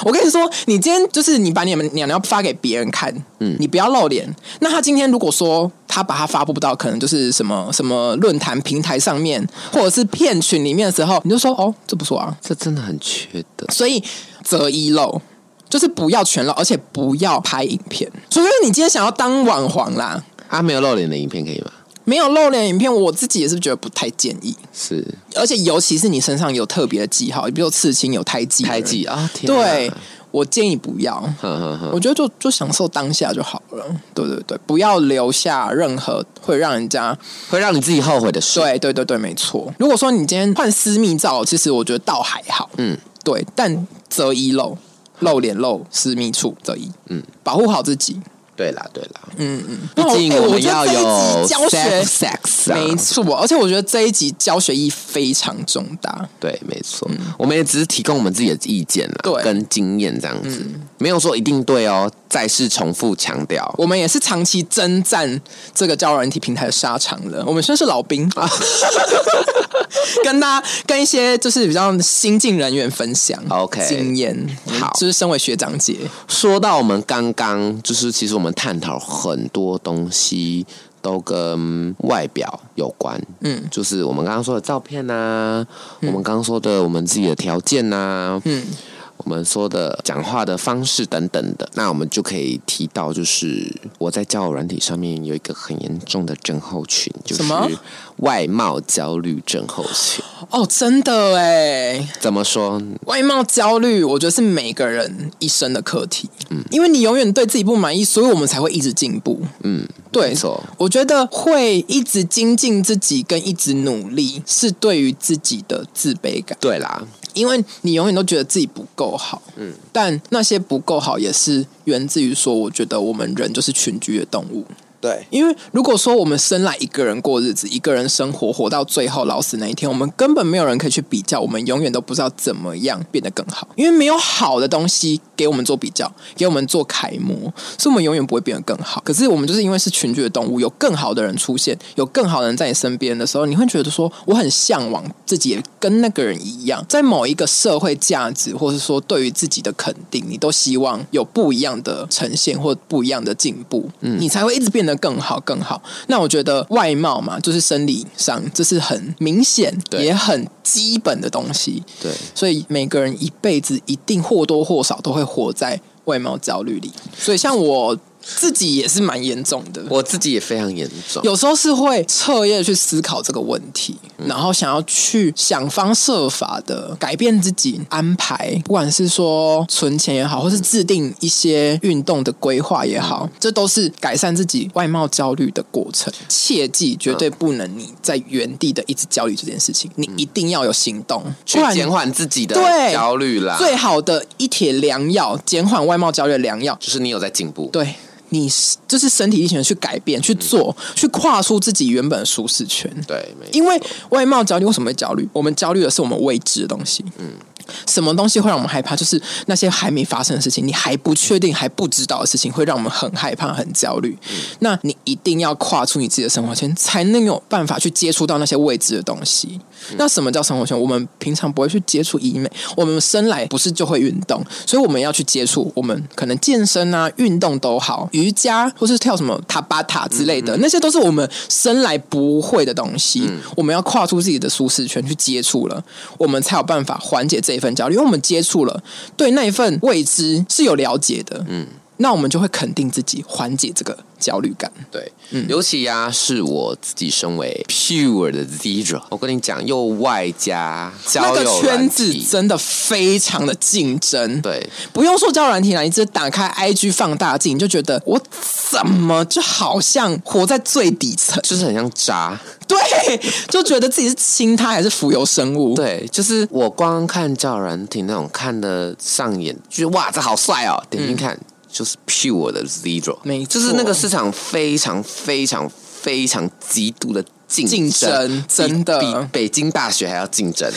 [SPEAKER 2] 我跟你说，你今天就是你把你们娘娘发给别人看，嗯，你不要露脸。那他今天如果说他把它发布不到，可能就是什么什么论坛平台上面，或者是片群里面的时候，你就说哦，这不错啊。
[SPEAKER 1] 这真的很缺德。
[SPEAKER 2] 所以择一露。就是不要全露，而且不要拍影片，除非你今天想要当网红啦。
[SPEAKER 1] 啊，没有露脸的影片可以吗？
[SPEAKER 2] 没有露脸影片，我自己也是觉得不太建议，
[SPEAKER 1] 是
[SPEAKER 2] 而且尤其是你身上有特别的记号，比如说刺青、有胎记的人、
[SPEAKER 1] 胎记啊，天啊
[SPEAKER 2] 对，，我建议不要。
[SPEAKER 1] 哼哼哼，
[SPEAKER 2] 我觉得就就享受当下就好了，对对对，不要留下任何会让人家
[SPEAKER 1] 会让你自己后悔的事。
[SPEAKER 2] 对对对对，没错。如果说你今天换私密照，其实我觉得倒还好，
[SPEAKER 1] 嗯，
[SPEAKER 2] 对，但择一露露脸露私密处择一，嗯，保护好自己。哦哎
[SPEAKER 1] 对啦，对啦，
[SPEAKER 2] 毕
[SPEAKER 1] 竟嗯哎我们要有
[SPEAKER 2] 教学
[SPEAKER 1] safe sex 啊
[SPEAKER 2] 没错，而且我觉得这一集教学意义非常重大，
[SPEAKER 1] 对，没错，我们也只是提供我们自己的意见啦，
[SPEAKER 2] 对
[SPEAKER 1] 跟经验这样子，没有说一定对哦。再次重复强调，
[SPEAKER 2] 我们也是长期征战这个交友软体平台的沙场了，我们算是老兵 啊，跟大家跟一些就是比较新进人员分享
[SPEAKER 1] OK
[SPEAKER 2] 经验，
[SPEAKER 1] 好
[SPEAKER 2] 就是身为学长姐，
[SPEAKER 1] 说到我们刚刚，就是其实我们探讨很多东西都跟外表有关，嗯，就是我们刚刚说的照片呐、我
[SPEAKER 2] 嗯
[SPEAKER 1] 们刚刚说的我们自己的条件呐、嗯，我们说的讲话的方式等等的，那我们就可以提到，就是我在交友软体上面有一个很严重的症候群，就是
[SPEAKER 2] 什么
[SPEAKER 1] 外貌焦虑症候群。
[SPEAKER 2] 哦，真的哎，
[SPEAKER 1] 怎么说？
[SPEAKER 2] 外貌焦虑，我觉得是每个人一生的课题，嗯，因为你永远对自己不满意，所以我们才会一直进步，
[SPEAKER 1] 嗯，
[SPEAKER 2] 对
[SPEAKER 1] 没错，
[SPEAKER 2] 我觉得会一直精进自己跟一直努力，是对于自己的自卑感。
[SPEAKER 1] 对啦，
[SPEAKER 2] 因为你永远都觉得自己不够好，嗯，但那些不够好也是源自于说，我觉得我们人就是群居的动物。
[SPEAKER 1] 对，
[SPEAKER 2] 因为如果说我们生来一个人过日子，一个人生活，活到最后老死那一天，我们根本没有人可以去比较，我们永远都不知道怎么样变得更好，因为没有好的东西给我们做比较，给我们做楷模，所以我们永远不会变得更好。可是我们就是因为是群居的动物，有更好的人出现，有更好的人在你身边的时候，你会觉得说我很向往自己也跟那个人一样，在某一个社会价值，或是说对于自己的肯定，你都希望有不一样的呈现或不一样的进步，你才会一直变得更好更好。那我觉得外貌嘛，就是生理上，这是很明显
[SPEAKER 1] 对
[SPEAKER 2] 也很基本的东西。
[SPEAKER 1] 对，
[SPEAKER 2] 所以每个人一辈子一定或多或少都会活在外貌焦虑里。所以像我自己也是蛮严重的，
[SPEAKER 1] 我自己也非常严重。
[SPEAKER 2] 有时候是会彻夜去思考这个问题，
[SPEAKER 1] 嗯
[SPEAKER 2] 然后想要去想方设法的改变自己安排，不管是说存钱也好，或是制定一些运动的规划也
[SPEAKER 1] 嗯
[SPEAKER 2] 好，这都是改善自己外貌焦虑的过程。切记，绝对不能你在原地的一直焦虑这件事情，你一定要有行动，
[SPEAKER 1] 嗯去
[SPEAKER 2] 不然
[SPEAKER 1] 减缓自己的
[SPEAKER 2] 对
[SPEAKER 1] 焦虑啦。
[SPEAKER 2] 最好的一帖良药，减缓外貌焦虑的良药，
[SPEAKER 1] 就是你有在进步，
[SPEAKER 2] 对你是就是身体力行的去改变、去做、
[SPEAKER 1] 嗯
[SPEAKER 2] 去跨出自己原本的舒适圈。
[SPEAKER 1] 对，没错
[SPEAKER 2] 因为外貌焦虑为什么会焦虑？我们焦虑的是我们未知的东西。嗯，什么东西会让我们害怕？就是那些还没发生的事情，你还不确定、还不知道的事情，会让我们很害怕、很焦虑。
[SPEAKER 1] 嗯
[SPEAKER 2] 那你一定要跨出你自己的生活圈，才能有办法去接触到那些未知的东西。
[SPEAKER 1] 嗯
[SPEAKER 2] 那什么叫生活圈？我们平常不会去接触医美，我们生来不是就会运动，所以我们要去接触我们可能健身啊、运动都好，瑜伽或是跳什么塔巴塔之类
[SPEAKER 1] 嗯
[SPEAKER 2] 的，那些都是我们生来不会的东西。我们要跨出自己的舒适圈去接触了，我们才有办法缓解这一份焦虑，因为我们接触了，对那一份未知是有了解的。嗯。那我们就会肯定自己，缓解这个焦虑感。
[SPEAKER 1] 对，
[SPEAKER 2] 嗯
[SPEAKER 1] 尤其呀、是我自己身为 pure 的 zero，我跟你讲，又外加
[SPEAKER 2] 那
[SPEAKER 1] 交
[SPEAKER 2] 个
[SPEAKER 1] 友
[SPEAKER 2] 圈
[SPEAKER 1] 软
[SPEAKER 2] 子
[SPEAKER 1] 体
[SPEAKER 2] 真的非常的竞争，
[SPEAKER 1] 对，
[SPEAKER 2] 不用说交友软体啦，你直接打开 IG 放大镜，你就觉得我怎么就好像活在最底层？
[SPEAKER 1] 就是很像渣。
[SPEAKER 2] 对，就觉得自己是青苔还是浮游生物？
[SPEAKER 1] 对，就是我光看赵然婷那种看的上眼，就是哇，这好帅哦，点进去看、就是 pure 的 zero，
[SPEAKER 2] 嗯没
[SPEAKER 1] 就是那个
[SPEAKER 2] 错
[SPEAKER 1] 市场非常非常非常极度的竞
[SPEAKER 2] 竞争
[SPEAKER 1] 争，
[SPEAKER 2] 真的
[SPEAKER 1] 比比北京大学还要竞争，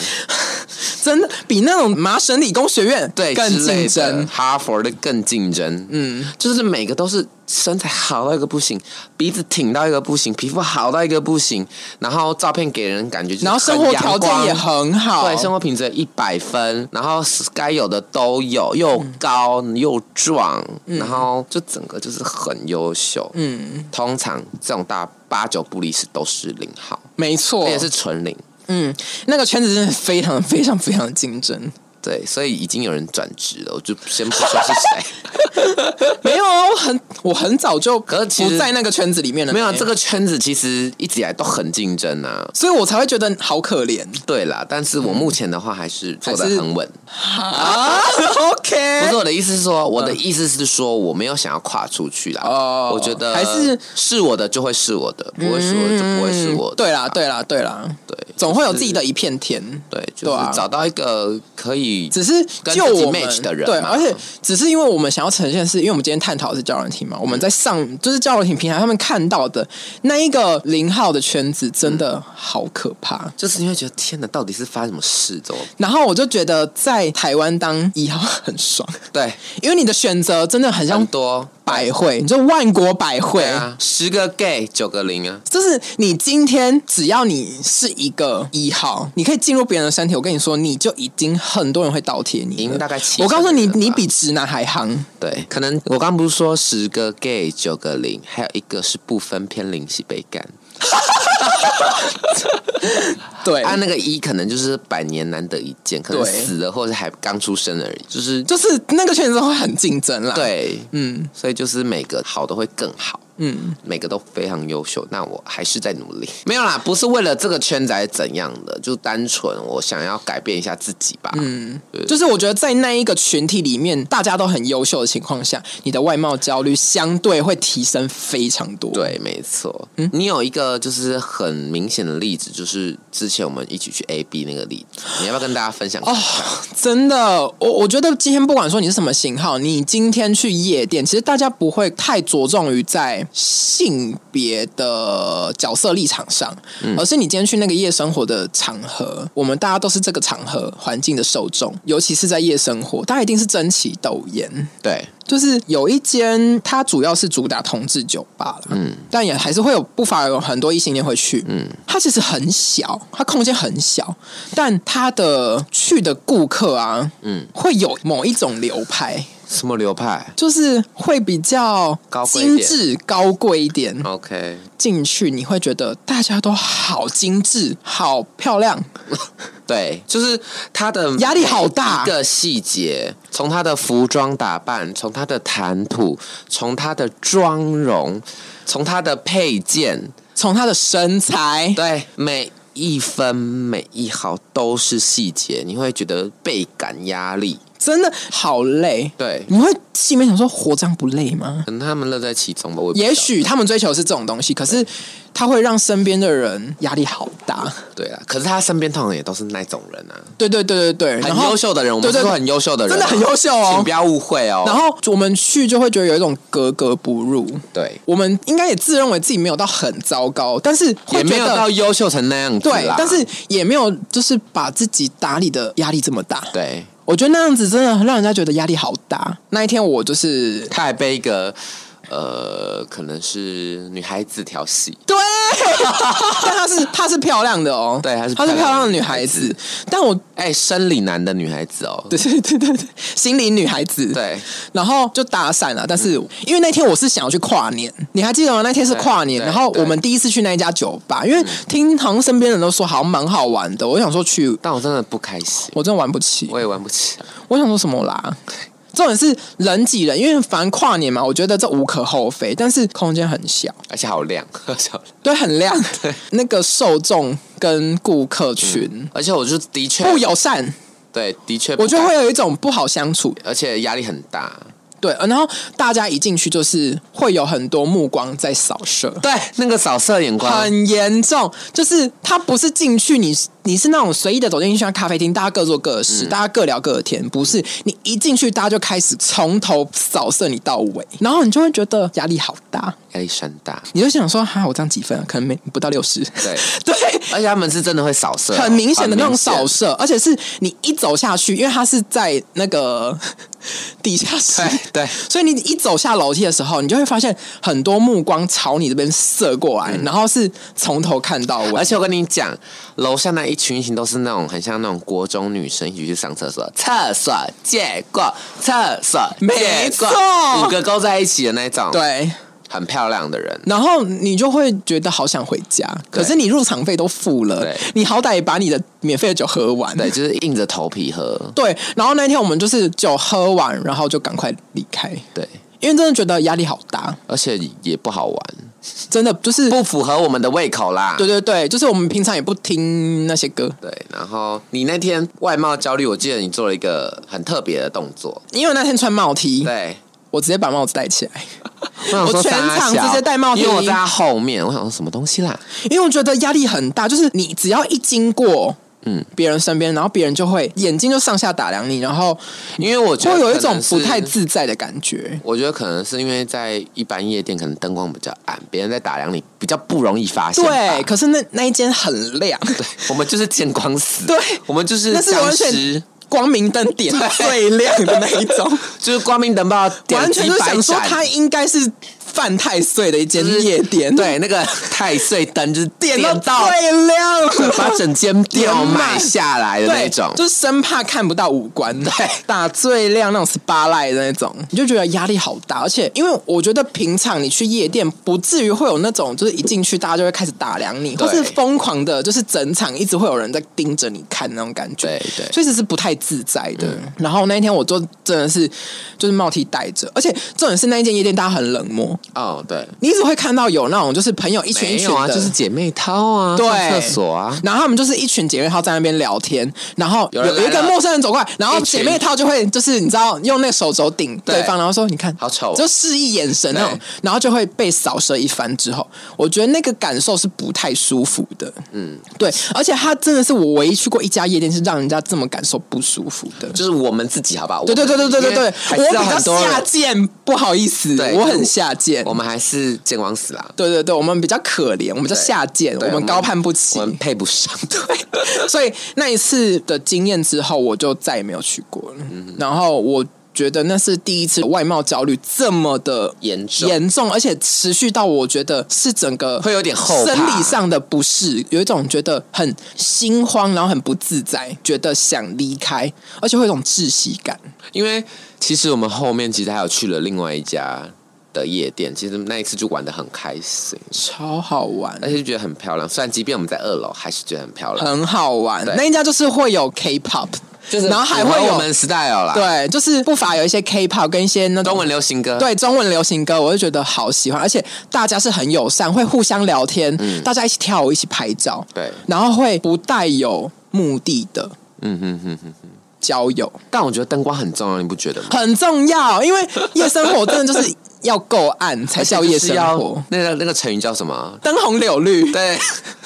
[SPEAKER 2] 真的比那种麻省理工学院
[SPEAKER 1] 对，
[SPEAKER 2] 更
[SPEAKER 1] 之类
[SPEAKER 2] 竞
[SPEAKER 1] 的
[SPEAKER 2] 争。
[SPEAKER 1] 哈佛的更竞争，嗯，就是每个都是身材好到一个不行，鼻子挺到一个不行，皮肤好到一个不行，然后照片给人感觉就是
[SPEAKER 2] 然后生
[SPEAKER 1] 很
[SPEAKER 2] 活
[SPEAKER 1] 阳
[SPEAKER 2] 条件
[SPEAKER 1] 光
[SPEAKER 2] 也很好，
[SPEAKER 1] 对，生活品质一百分，然后该有的都有，又高
[SPEAKER 2] 嗯
[SPEAKER 1] 又壮，然后就整个就是很优秀。嗯，通常这种大八九不离十都是零号，
[SPEAKER 2] 没错
[SPEAKER 1] 而，且是纯零。
[SPEAKER 2] 嗯，那个圈子真的非常非常非常的 竞争。
[SPEAKER 1] 对，所以已经有人转职了，我就先不说是谁。
[SPEAKER 2] 没有啊，我很我很早就
[SPEAKER 1] 可是其实
[SPEAKER 2] 不在那个圈子里面了，
[SPEAKER 1] 没有啊，这个圈子其实一直以来都很竞争啊。
[SPEAKER 2] 所以我才会觉得好 可怜
[SPEAKER 1] 对啦，但是我目前的话还是做的
[SPEAKER 2] 还是
[SPEAKER 1] 很稳。
[SPEAKER 2] 啊。OK，
[SPEAKER 1] 不是我的意思是说，我的意思是说，我没有想要跨出去啦。
[SPEAKER 2] 哦
[SPEAKER 1] 我觉得
[SPEAKER 2] 还是
[SPEAKER 1] 是我的就会是我的，不会是我的就不会是我的。
[SPEAKER 2] 对啦，对啦，嗯对啦，
[SPEAKER 1] 对，
[SPEAKER 2] 总会有自己
[SPEAKER 1] 的
[SPEAKER 2] 的一片天。
[SPEAKER 1] 对，就
[SPEAKER 2] 对啊
[SPEAKER 1] 是找到一个可以
[SPEAKER 2] 只是
[SPEAKER 1] 跟
[SPEAKER 2] 就
[SPEAKER 1] 自己
[SPEAKER 2] 我们
[SPEAKER 1] match 的人
[SPEAKER 2] 对，
[SPEAKER 1] 嘛
[SPEAKER 2] 而且只是因为我们想要呈现的是，因为我们今天探讨的是交友软体嘛，我们在上就是交友软体平台他们看到的那一个零号的圈子真的好可怕。
[SPEAKER 1] 就是你会觉得天哪，到底是发生什么事？怎么
[SPEAKER 2] 然后我就觉得在台湾当一号很爽，
[SPEAKER 1] 对
[SPEAKER 2] 因为你的选择真的很
[SPEAKER 1] 很
[SPEAKER 2] 像
[SPEAKER 1] 多
[SPEAKER 2] 百汇，你就万国百汇
[SPEAKER 1] 对啊，十个 gay 九个零啊，
[SPEAKER 2] 就是你今天只要你是一个一号，你可以进入别人的身体，我跟你说，你就已经很多人会倒贴你
[SPEAKER 1] 赢
[SPEAKER 2] 了。
[SPEAKER 1] 大概七。
[SPEAKER 2] 我告诉你，你比直男还夯。
[SPEAKER 1] 对，可能我刚不是说十个 gay 九个零，还有一个是不分偏零系被干，
[SPEAKER 2] 对，
[SPEAKER 1] 啊，那个一可能就是百年难得一见，可能
[SPEAKER 2] 对
[SPEAKER 1] 死了或者还刚出生而已，就是
[SPEAKER 2] 就是那个圈子会很竞争啦。，
[SPEAKER 1] 对，
[SPEAKER 2] 嗯
[SPEAKER 1] 所以就是每个好的会更好，
[SPEAKER 2] 嗯，
[SPEAKER 1] 每个都非常优秀。那我还是在努力， 没有啦，不是为了这个圈子还是怎样的，就单纯我想要改变一下自己吧。嗯，
[SPEAKER 2] 就是我觉得在那一个群体里面，大家都很优秀的情况下，你的外貌焦虑相对会提升非常多。，
[SPEAKER 1] 对，没错。你有一个就是很明显的例子，就是之前我们一起去 A B 那个例子，你要不要跟大家分享？哦，
[SPEAKER 2] 真的，我我觉得今天不管说你是什么型号，你今天去夜店，其实大家不会太着重于在性别的角色立场上，
[SPEAKER 1] 嗯
[SPEAKER 2] 而是你今天去那个夜生活的场合，我们大家都是这个场合环境的受众，尤其是在夜生活，大家一定是争奇斗艳。
[SPEAKER 1] 对，
[SPEAKER 2] 就是有一间，它主要是主打同志酒吧啦，嗯，但也还是会有不乏有很多异性恋会去，嗯，它其实很小，它空间很小，但它的去的顾客啊，嗯，会有某一种流派，
[SPEAKER 1] 什么流派
[SPEAKER 2] 就是会比较
[SPEAKER 1] 高贵一
[SPEAKER 2] 精
[SPEAKER 1] 点
[SPEAKER 2] 致、高贵一点，
[SPEAKER 1] ？OK，
[SPEAKER 2] 进去你会觉得大家都好精致、好漂亮，
[SPEAKER 1] 对，就是他的
[SPEAKER 2] 压力好大
[SPEAKER 1] 每一个细节，从他的服装打扮，从他的谈吐，从他的妆容，从他的配件，
[SPEAKER 2] 从她的身材，
[SPEAKER 1] 对，每一分每一毫都是细节，你会觉得倍感压力。
[SPEAKER 2] 真的好累。
[SPEAKER 1] 对，
[SPEAKER 2] 你会心里面想说，活这样不累吗？
[SPEAKER 1] 可能他们乐在其中吧。我也不知道
[SPEAKER 2] 也许他们追求是这种东西，可是他会让身边的人压力好大。
[SPEAKER 1] 对啊，可是他身边通常也都是那种人啊，
[SPEAKER 2] 对对对对对，然
[SPEAKER 1] 很
[SPEAKER 2] 后
[SPEAKER 1] 优秀的人，我们
[SPEAKER 2] 对对
[SPEAKER 1] 是说很优秀的人啊，
[SPEAKER 2] 真的很优秀哦
[SPEAKER 1] 请不要误会哦。
[SPEAKER 2] 然后我们去就会觉得有一种格格不入。
[SPEAKER 1] 对，
[SPEAKER 2] 我们应该也自认为自己没有到很糟糕，但是会
[SPEAKER 1] 也没有
[SPEAKER 2] 觉得
[SPEAKER 1] 到优秀成那样子
[SPEAKER 2] 对
[SPEAKER 1] 啦，
[SPEAKER 2] 但是也没有就是把自己打理的压力这么大。
[SPEAKER 1] 对，
[SPEAKER 2] 我觉得那样子真的让人家觉得压力好大。那一天我就是
[SPEAKER 1] 他还被一个呃，可能是女孩子调戏，
[SPEAKER 2] 对， 但她是她是漂亮的哦，
[SPEAKER 1] 对她是
[SPEAKER 2] 她是
[SPEAKER 1] 漂亮的
[SPEAKER 2] 漂亮的女孩子，但我
[SPEAKER 1] 哎、生理男的女孩子哦，
[SPEAKER 2] 对对对对对，心灵女孩子，
[SPEAKER 1] 对嗯
[SPEAKER 2] 然后就打伞了。但是、因为那天我是想要去跨年，你还记得吗？那天是跨年，
[SPEAKER 1] 对嗯
[SPEAKER 2] 然后
[SPEAKER 1] 对
[SPEAKER 2] 我们第一次去那一家酒吧，因为听好像身边人都说好像蛮好玩的，我想说去，
[SPEAKER 1] 但我真的不开心，
[SPEAKER 2] 我真的玩不起。
[SPEAKER 1] 我也玩不起来，
[SPEAKER 2] 我想说什么啦？重点是人挤人，因为反正跨年嘛，我觉得这无可厚非，但是空间很小，
[SPEAKER 1] 而且好亮，而且好亮
[SPEAKER 2] 对，很亮，那个受众跟顾客群、
[SPEAKER 1] 而且我就的确
[SPEAKER 2] 不友善，
[SPEAKER 1] 嗯对，的确不
[SPEAKER 2] 我觉得
[SPEAKER 1] 敢
[SPEAKER 2] 会，有一种不好相处。
[SPEAKER 1] 而且压力很大。
[SPEAKER 2] 对，呃然后大家一进去就是会有很多目光在扫射，
[SPEAKER 1] 对，那个扫射眼光，
[SPEAKER 2] 很严重，就是他不是进去你你是那种随意的走进去像咖啡厅，大家各做各的事，大家各聊各的天，不是你一进去大家就开始从头扫射你到尾，然后你就会觉得压力好大，
[SPEAKER 1] 压力山大。
[SPEAKER 2] 你就想说哈，我这样几分、啊？可能没不到六十，
[SPEAKER 1] 对，
[SPEAKER 2] 对，
[SPEAKER 1] 而且他们是真的会扫射，
[SPEAKER 2] 很明显的那种
[SPEAKER 1] 很明
[SPEAKER 2] 扫
[SPEAKER 1] 显。
[SPEAKER 2] 射，而且是你一走下去，因为它是在那个 地下室，
[SPEAKER 1] 对对
[SPEAKER 2] 所以你一走下楼梯的时候，你就会发现很多目光朝你这边射过
[SPEAKER 1] 嗯
[SPEAKER 2] 来，然后是从头看到尾
[SPEAKER 1] 而。且我跟你讲，楼下那一群一群都是那种很像那种国中女生一起去上厕所，厕所借过，厕所
[SPEAKER 2] 没
[SPEAKER 1] 借
[SPEAKER 2] 错
[SPEAKER 1] 过，五个勾在一起的那种，，
[SPEAKER 2] 对，
[SPEAKER 1] 很漂亮的人，
[SPEAKER 2] 然后你就会觉得好想回家，可
[SPEAKER 1] 对
[SPEAKER 2] 是你入场费都付了
[SPEAKER 1] 对，
[SPEAKER 2] 你好歹也把你的免费的酒喝完。
[SPEAKER 1] 对，就是硬着头皮喝，
[SPEAKER 2] 对，然后那天我们就是酒喝完，然后就赶快离开，
[SPEAKER 1] 对，
[SPEAKER 2] 因为真的觉得压力好大，
[SPEAKER 1] 而且也不好玩，
[SPEAKER 2] 真的就是
[SPEAKER 1] 不符合我们的胃口啦，
[SPEAKER 2] 对对对，就是我们平常也不听那些歌，
[SPEAKER 1] 对。然后你那天外貌焦虑，我记得你做了一个很特别的动作，
[SPEAKER 2] 因为那天穿帽 T，
[SPEAKER 1] 对，
[SPEAKER 2] 我直接把帽子戴起来，
[SPEAKER 1] 想说
[SPEAKER 2] 嗯我全
[SPEAKER 1] 傻
[SPEAKER 2] 场
[SPEAKER 1] 小
[SPEAKER 2] 直接戴帽 T
[SPEAKER 1] 因为我在他后面，我想说什么东西啦，
[SPEAKER 2] 因为我觉得压力很大，就是你只要一经过。嗯
[SPEAKER 1] 嗯，
[SPEAKER 2] 别人身边，然后别人就会眼睛就上下打量你，然后
[SPEAKER 1] 因为我觉得
[SPEAKER 2] 会有一
[SPEAKER 1] 可
[SPEAKER 2] 种
[SPEAKER 1] 能是
[SPEAKER 2] 不太自在的感觉。
[SPEAKER 1] 我觉得可能是因为在一般夜店，可能灯光比较暗，别人在打量你比较不容易发现吧。
[SPEAKER 2] 对， 可是那那一间很亮，
[SPEAKER 1] 我们就是见光死，
[SPEAKER 2] 对
[SPEAKER 1] 我们就是
[SPEAKER 2] 那是
[SPEAKER 1] 僵
[SPEAKER 2] 完全
[SPEAKER 1] 尸，
[SPEAKER 2] 光明灯点最亮的那一种，
[SPEAKER 1] 就是光明灯泡 点
[SPEAKER 2] 完全
[SPEAKER 1] 几
[SPEAKER 2] 就
[SPEAKER 1] 百
[SPEAKER 2] 想说
[SPEAKER 1] 盏
[SPEAKER 2] 它应该是犯太岁的一间
[SPEAKER 1] 就是
[SPEAKER 2] 夜店，
[SPEAKER 1] 对，那个太岁灯就是
[SPEAKER 2] 点
[SPEAKER 1] 点
[SPEAKER 2] 到
[SPEAKER 1] 到
[SPEAKER 2] 最亮了，
[SPEAKER 1] 把整间店
[SPEAKER 2] 点满
[SPEAKER 1] 买下来的
[SPEAKER 2] 对，
[SPEAKER 1] 那种。
[SPEAKER 2] 就是生怕看不到五官，对， 打最亮那种 spotlight 的那种，你就觉得压力好大。而且，因为我觉得平常你去夜店，不至于会有那种就是一进去大家就会开始打量你，
[SPEAKER 1] 对
[SPEAKER 2] 或是疯狂的，就是整场一直会有人在盯着你看那种感觉，
[SPEAKER 1] 对对嗯
[SPEAKER 2] 确实是不太自在的。然后那一天我就真的是就是帽 T 戴着，而且重点是那一间夜店大家很冷漠，
[SPEAKER 1] 哦，对，
[SPEAKER 2] 你只会看到有那种就是朋友一群一
[SPEAKER 1] 没
[SPEAKER 2] 群
[SPEAKER 1] 有
[SPEAKER 2] 的，
[SPEAKER 1] 啊，就是姐妹掏啊，
[SPEAKER 2] 对
[SPEAKER 1] 上厕所啊，
[SPEAKER 2] 然后他们就是一群姐妹套在那边聊天，然后有
[SPEAKER 1] 有人来
[SPEAKER 2] 有一个
[SPEAKER 1] 了
[SPEAKER 2] 陌生人走过来，然后
[SPEAKER 1] 一群
[SPEAKER 2] 姐妹套就会就是你知道用那个手肘顶对
[SPEAKER 1] 对
[SPEAKER 2] 方，然后说你看
[SPEAKER 1] 好丑哦
[SPEAKER 2] 就示意眼神那种
[SPEAKER 1] 对，
[SPEAKER 2] 然后就会被扫射一番之后，我觉得那个感受是不太舒服的。嗯，对，而且他真的是我唯一去过一家夜店是让人家这么感受不舒服的。
[SPEAKER 1] 就是我们自己好不好？
[SPEAKER 2] 对对对对对对对，
[SPEAKER 1] 我们因为还
[SPEAKER 2] 我
[SPEAKER 1] 是有
[SPEAKER 2] 比较
[SPEAKER 1] 很多人
[SPEAKER 2] 下贱，不好意思，
[SPEAKER 1] 对
[SPEAKER 2] 我很下贱
[SPEAKER 1] 我。们还是见光死啦，
[SPEAKER 2] 对对对，我们比较可怜，我们比较
[SPEAKER 1] 对
[SPEAKER 2] 下贱，我
[SPEAKER 1] 对
[SPEAKER 2] 们高攀不起，
[SPEAKER 1] 我们配不上。 对，
[SPEAKER 2] 所以那一次的经验之后，我就再也没有去过了。然后我觉得那是第一次外貌焦虑这么的
[SPEAKER 1] 严重
[SPEAKER 2] 严重，而且持续到我觉得是整个
[SPEAKER 1] 会有点后怕
[SPEAKER 2] 生理上的不适，有一种觉得很心慌，然后很不自在，觉得想离开，而且会有一种窒息感。
[SPEAKER 1] 因为其实我们后面其实还有去了另外一家的夜店，其实那一次就玩的很开心，
[SPEAKER 2] 超好玩
[SPEAKER 1] 而。且就觉得很漂亮。虽然即便我们在二楼，还是觉得很漂亮，
[SPEAKER 2] 哎很好玩，
[SPEAKER 1] 对
[SPEAKER 2] 那一家就是会有 K-pop，
[SPEAKER 1] 就是
[SPEAKER 2] 然后还会
[SPEAKER 1] 符合
[SPEAKER 2] 有
[SPEAKER 1] 我们 style 啦，，
[SPEAKER 2] 对，就是不乏有一些 K-pop 跟一些那种
[SPEAKER 1] 中文流行歌，，
[SPEAKER 2] 对中文流行歌，我就觉得好喜欢，而且大家是很友善，会互相聊天，大家一起跳舞，一起拍照，
[SPEAKER 1] 对
[SPEAKER 2] 然后会不带有目的的。
[SPEAKER 1] 嗯哼哼哼，
[SPEAKER 2] 交友，
[SPEAKER 1] 但我觉得灯光很重要，你不觉得吗？
[SPEAKER 2] 很重要，因为夜生活真的就是要够暗才叫夜生活。
[SPEAKER 1] 那个那个成语叫什么？
[SPEAKER 2] 灯红柳绿，
[SPEAKER 1] 对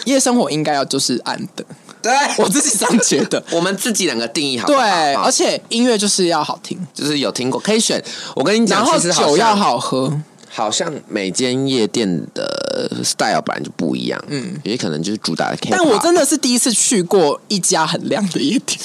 [SPEAKER 2] 夜生活应该要就是暗的，
[SPEAKER 1] 对，
[SPEAKER 2] 我自己这样觉得。
[SPEAKER 1] 我们自己两个定义好不
[SPEAKER 2] 对
[SPEAKER 1] 好，
[SPEAKER 2] 而且音乐就是要好听，
[SPEAKER 1] 就是有听过可以选。我跟你讲，
[SPEAKER 2] 然后
[SPEAKER 1] 其实好像
[SPEAKER 2] 酒要好喝，
[SPEAKER 1] 好像每间夜店的 style 本来就不一样，嗯，也可能就是主打的 K。
[SPEAKER 2] 但我真的是第一次去过一家很亮的夜店，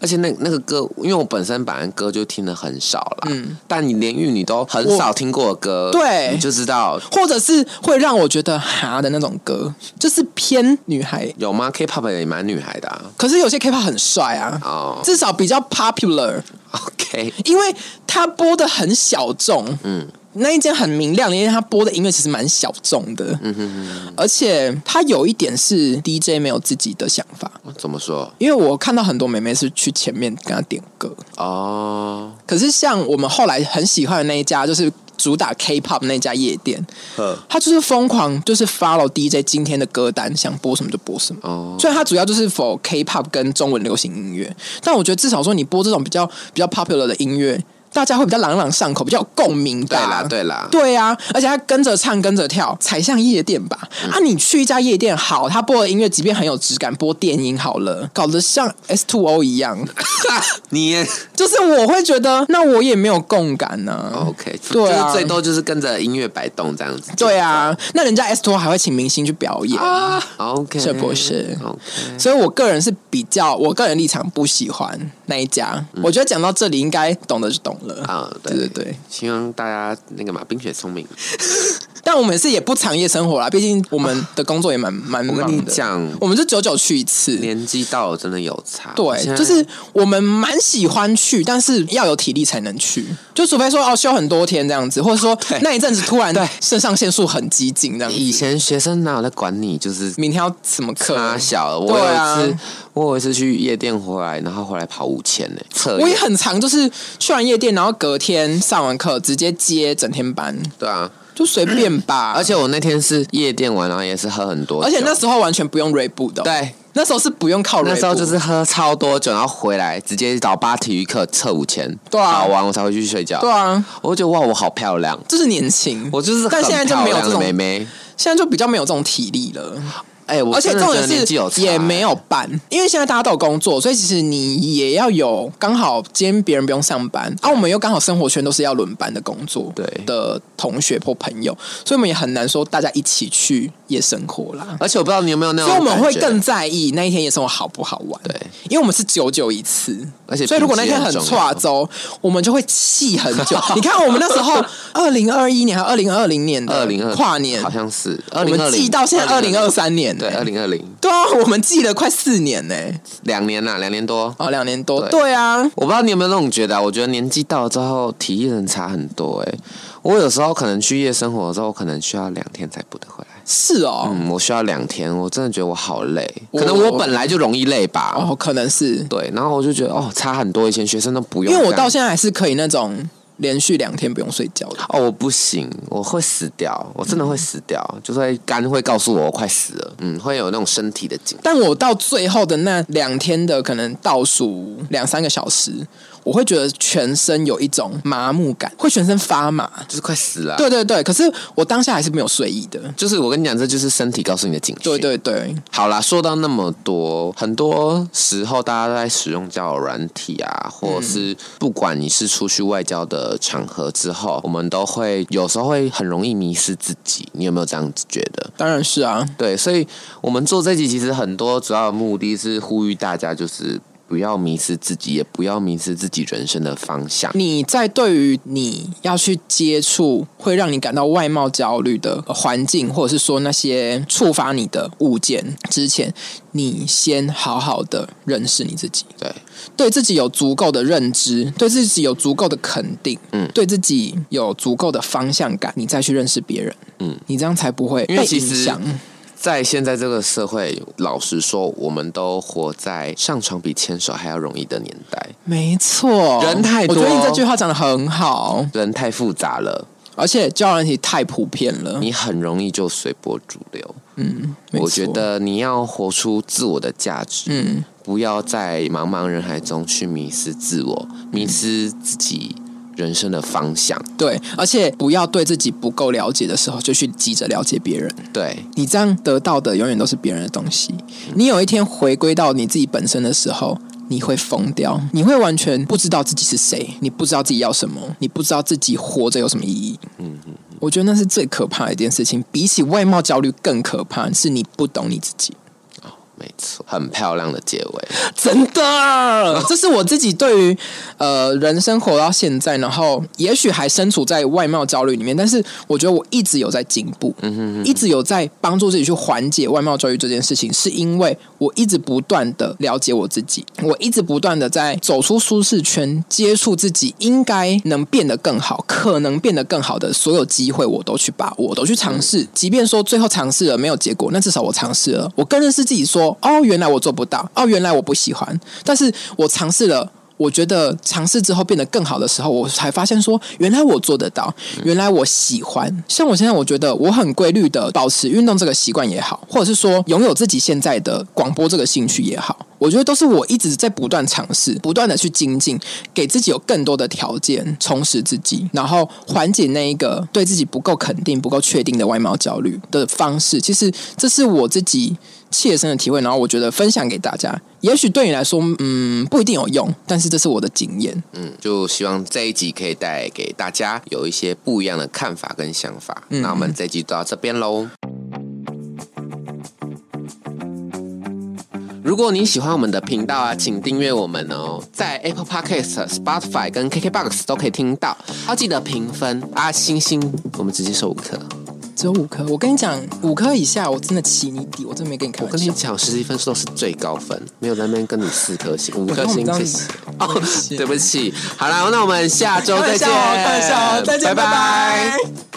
[SPEAKER 1] 而且那那个歌，因为我本身本来歌就听的很少啦，嗯，但你连玉女都很少听过的歌，
[SPEAKER 2] 对
[SPEAKER 1] 你就知道
[SPEAKER 2] 或者是会让我觉得哈的那种歌，就是偏女孩。
[SPEAKER 1] 有吗？K-pop 也蛮女孩的啊。
[SPEAKER 2] 可是有些 K-pop 很帅啊，
[SPEAKER 1] 哦
[SPEAKER 2] 至少比较 popular，
[SPEAKER 1] OK，
[SPEAKER 2] 因为他播的很小众。嗯，那一间很明亮的，因为他播的音乐其实蛮小众的。嗯而且他有一点是 DJ 没有自己的想法，
[SPEAKER 1] 怎么说？
[SPEAKER 2] 因为我看到很多妹妹是去前面跟他点歌，
[SPEAKER 1] 哦，
[SPEAKER 2] 可是像我们后来很喜欢的那一家，就是主打 K-pop 那家夜店，他就是疯狂，就是 follow DJ 今天的歌单，想播什么就播什么。
[SPEAKER 1] 哦，
[SPEAKER 2] 虽然它主要就是否 K-pop 跟中文流行音乐，但我觉得至少说你播这种比较比较 popular 的音乐，大家会比较朗朗上口，比较有共鸣
[SPEAKER 1] 对
[SPEAKER 2] 吧
[SPEAKER 1] 啦，对啦，
[SPEAKER 2] 对啊，而且他跟着唱跟着跳才像夜店吧？
[SPEAKER 1] 嗯
[SPEAKER 2] 啊，你去一家夜店好，他播的音乐即便很有质感，播电音好了，搞得像 S Two O 一样，
[SPEAKER 1] 你 也
[SPEAKER 2] 就是我会觉得，那我也没有共感呢、
[SPEAKER 1] 哦 OK，
[SPEAKER 2] 对啊
[SPEAKER 1] 就是最多就是跟着音乐摆动这样子。
[SPEAKER 2] 对啊，那人家 S Two 还会请明星去表演，啊
[SPEAKER 1] 啊，OK，
[SPEAKER 2] 是不是
[SPEAKER 1] ？OK，
[SPEAKER 2] 所以我个人是比较，我个人立场不喜欢那一家。我觉得讲到这里，应该懂的就懂了
[SPEAKER 1] 嗯啊对
[SPEAKER 2] 对对对。
[SPEAKER 1] 希望大家那个嘛，冰雪聪明。
[SPEAKER 2] 但我们是也不长夜生活啦，毕竟我们的工作也蛮蛮
[SPEAKER 1] 啊我
[SPEAKER 2] 忙的。
[SPEAKER 1] 跟你讲，
[SPEAKER 2] 我们就久久去一次。
[SPEAKER 1] 年纪到了真的有差。我现
[SPEAKER 2] 对，
[SPEAKER 1] 在
[SPEAKER 2] 就是我们蛮喜欢去，但是要有体力才能去。就除非说哦休很多天这样子，或 者说那一阵子突然肾上腺素很激进这样
[SPEAKER 1] 以
[SPEAKER 2] 子，
[SPEAKER 1] 前学生哪有在管你，就是
[SPEAKER 2] 明天要什么课？
[SPEAKER 1] 他小了。我
[SPEAKER 2] 对
[SPEAKER 1] 有
[SPEAKER 2] 啊
[SPEAKER 1] 一次，我有一次去夜店回来，然后回来跑五千呢，测
[SPEAKER 2] 我也
[SPEAKER 1] 验
[SPEAKER 2] 很常就是去完夜店，然后隔天上完课直接接整天班，
[SPEAKER 1] 对啊。
[SPEAKER 2] 就随便吧。
[SPEAKER 1] 而且我那天是夜店玩，然后也是喝很多酒，
[SPEAKER 2] 而且那时候完全不用 r e b o 的、
[SPEAKER 1] 对，
[SPEAKER 2] 那时候是不用靠 r e
[SPEAKER 1] 那时候就是喝超多酒，然后回来直接早八体育课测五千，
[SPEAKER 2] 对啊
[SPEAKER 1] 考完我才回去睡觉。
[SPEAKER 2] 对啊，
[SPEAKER 1] 我就觉得哇，我好漂亮，
[SPEAKER 2] 就是年轻，
[SPEAKER 1] 我就是
[SPEAKER 2] 但
[SPEAKER 1] 很
[SPEAKER 2] 现在就没有
[SPEAKER 1] 漂
[SPEAKER 2] 这
[SPEAKER 1] 亮的
[SPEAKER 2] 种
[SPEAKER 1] 妹妹。
[SPEAKER 2] 现在就比较没有这种体力了。
[SPEAKER 1] 哎、我
[SPEAKER 2] 而且
[SPEAKER 1] 真的
[SPEAKER 2] 重
[SPEAKER 1] 觉得年纪有
[SPEAKER 2] 点
[SPEAKER 1] 差
[SPEAKER 2] 是也没有办，因为现在大家都有工作，所以其实你也要有刚好今天别人不用上班，啊，我们又刚好生活圈都是要轮班的工作，
[SPEAKER 1] 对
[SPEAKER 2] 的同学或朋友，所以我们也很难说大家一起去夜生活啦。
[SPEAKER 1] 而且我不知道你有没有那种
[SPEAKER 2] 所
[SPEAKER 1] 感
[SPEAKER 2] 以我
[SPEAKER 1] 觉，
[SPEAKER 2] 们会更在意那一天夜生活好不好玩，
[SPEAKER 1] 对，
[SPEAKER 2] 因为我们是久久一次，
[SPEAKER 1] 而且
[SPEAKER 2] 所以如果那天很
[SPEAKER 1] 品质也
[SPEAKER 2] 跨
[SPEAKER 1] 很重
[SPEAKER 2] 周，我们就会气很 久。你看我们那时候二零二一年还二零二零年的
[SPEAKER 1] 二零二
[SPEAKER 2] 跨年
[SPEAKER 1] 好，像是
[SPEAKER 2] 我
[SPEAKER 1] 二零二
[SPEAKER 2] 们
[SPEAKER 1] 零，
[SPEAKER 2] 记到现在二零二
[SPEAKER 1] 2020，
[SPEAKER 2] 三年，
[SPEAKER 1] 对，二零二零
[SPEAKER 2] 对啊，我们记了快四年呢、
[SPEAKER 1] 两年啦，两年多。
[SPEAKER 2] 哦，两年多，对
[SPEAKER 1] 对
[SPEAKER 2] 啊，
[SPEAKER 1] 我不知道你有没有那种觉得啊、我觉得年纪到了之后，体力能差很多、哎，我有时候可能去夜生活的时候，我可能需要两天才补得回来。
[SPEAKER 2] 是哦，
[SPEAKER 1] 嗯，我需要两天，我真的觉得我好累，
[SPEAKER 2] 我
[SPEAKER 1] 可能我本来就容易累吧。
[SPEAKER 2] 哦，可能是
[SPEAKER 1] 对，然后我就觉得哦，差很多。以前学生都不用
[SPEAKER 2] 因
[SPEAKER 1] 这样，
[SPEAKER 2] 为我到现在还是可以那种连续两天不用睡觉的，
[SPEAKER 1] 哦，我不行，我会死掉，我真的会死掉，就是会肝会告诉我我快死了，嗯，会有那种身体的警。
[SPEAKER 2] 但我到最后的那两天的可能倒数两三个小时，我会觉得全身有一种麻木感，会全身发麻。
[SPEAKER 1] 就是快死了啊、
[SPEAKER 2] 对对对，可是我当下还是没有睡意的。
[SPEAKER 1] 就是我跟你讲，这就是身体告诉你的警讯。
[SPEAKER 2] 对，对对，
[SPEAKER 1] 好啦，说到那么多，很多时候大家都在使用交友软体啊，
[SPEAKER 2] 嗯
[SPEAKER 1] 或者是不管你是出去外交的场合之后，我们都会有时候会很容易迷失自己。你有没有这样子觉得？
[SPEAKER 2] 当然是啊，
[SPEAKER 1] 对，所以我们做这集其实很多主要的目的是呼吁大家，就是不要迷失自己，也不要迷失自己人生的方向。
[SPEAKER 2] 你在对于你要去接触会让你感到外貌焦虑的环境，或者是说那些触发你的物件之前，你先好好的认识你自己，
[SPEAKER 1] 对，
[SPEAKER 2] 对自己有足够的认知，对自己有足够的肯定，嗯，对自己有足够的方向感，你再去认识别人，嗯，你这样才不会
[SPEAKER 1] 因为
[SPEAKER 2] 被
[SPEAKER 1] 其
[SPEAKER 2] 影
[SPEAKER 1] 实
[SPEAKER 2] 响。
[SPEAKER 1] 在现在这个社会，老实说，我们都活在上床比牵手还要容易的年代，
[SPEAKER 2] 没错，
[SPEAKER 1] 人太多
[SPEAKER 2] 我觉得你这句话讲的很好，
[SPEAKER 1] 人太复杂了，
[SPEAKER 2] 而且交友软体太普遍了，嗯
[SPEAKER 1] 你很容易就随波逐流。
[SPEAKER 2] 没
[SPEAKER 1] 我觉
[SPEAKER 2] 错
[SPEAKER 1] 得你要活出自我的价值，
[SPEAKER 2] 嗯，
[SPEAKER 1] 不要在茫茫人海中去迷失自我，迷失自己人生的方向。
[SPEAKER 2] 对，而且不要对自己不够了解的时候就去急着了解别人，
[SPEAKER 1] 对，
[SPEAKER 2] 你这样得到的永远都是别人的东西。你有一天回归到你自己本身的时候，你会疯掉，你会完全不知道自己是谁，你不知道自己要什么，你不知道自己活着有什么意义。嗯嗯，我觉得那是最可怕的一件事情，比起外貌焦虑更可怕，是你不懂你自己。
[SPEAKER 1] 没错，很漂亮的结尾。
[SPEAKER 2] 真的，这是我自己对于呃人生活到现在，然后也许还身处在外貌焦虑里面，但是我觉得我一直有在进步，一直有在帮助自己去缓解外貌焦虑这件事情，是因为我一直不断的了解我自己，我一直不断的在走出舒适圈，接触自己应该能变得更好，可能变得更好的所有机会，我都去把握，我都去尝试，即便说最后尝试了没有结果，那至少我尝试了，我更认识自己说哦，原来我做不到，哦，原来我不喜欢，但是我尝试了。我觉得尝试之后变得更好的时候，我才发现说，原来我做得到，原来我喜欢。像我现在，我觉得我很规律的保持运动这个习惯也好，或者是说拥有自己现在的广播这个兴趣也好，我觉得都是我一直在不断尝试，不断的去精进，给自己有更多的条件，充实自己，然后缓解那一个对自己不够肯定、不够确定的外貌焦虑的方式。其实这是我自己切身的体会，然后我觉得分享给大家，也许对你来说，嗯，不一定有用，但是这是我的经验。
[SPEAKER 1] 嗯，就希望这一集可以带给大家有一些不一样的看法跟想法。那我们这一集就到这边喽。如果你喜欢我们的频道啊，请订阅我们哦，在 Apple Podcast、Spotify 跟 KKBox 都可以听到。要记得评分啊，星星，我们直接收五颗。
[SPEAKER 2] 只有五颗，我跟你讲，五颗以下我真的起你底，我真没跟你开
[SPEAKER 1] 我
[SPEAKER 2] 玩
[SPEAKER 1] 跟你
[SPEAKER 2] 笑。
[SPEAKER 1] 讲，实习分数都是最高分，没有在那边跟你四颗星、五颗
[SPEAKER 2] 我
[SPEAKER 1] 星，
[SPEAKER 2] 知道
[SPEAKER 1] 谢
[SPEAKER 2] 你
[SPEAKER 1] 谢。哦，对不起，好啦，那我们下周
[SPEAKER 2] 开
[SPEAKER 1] 再见，
[SPEAKER 2] 玩笑哦，开玩笑哦，再见，
[SPEAKER 1] 拜
[SPEAKER 2] 拜拜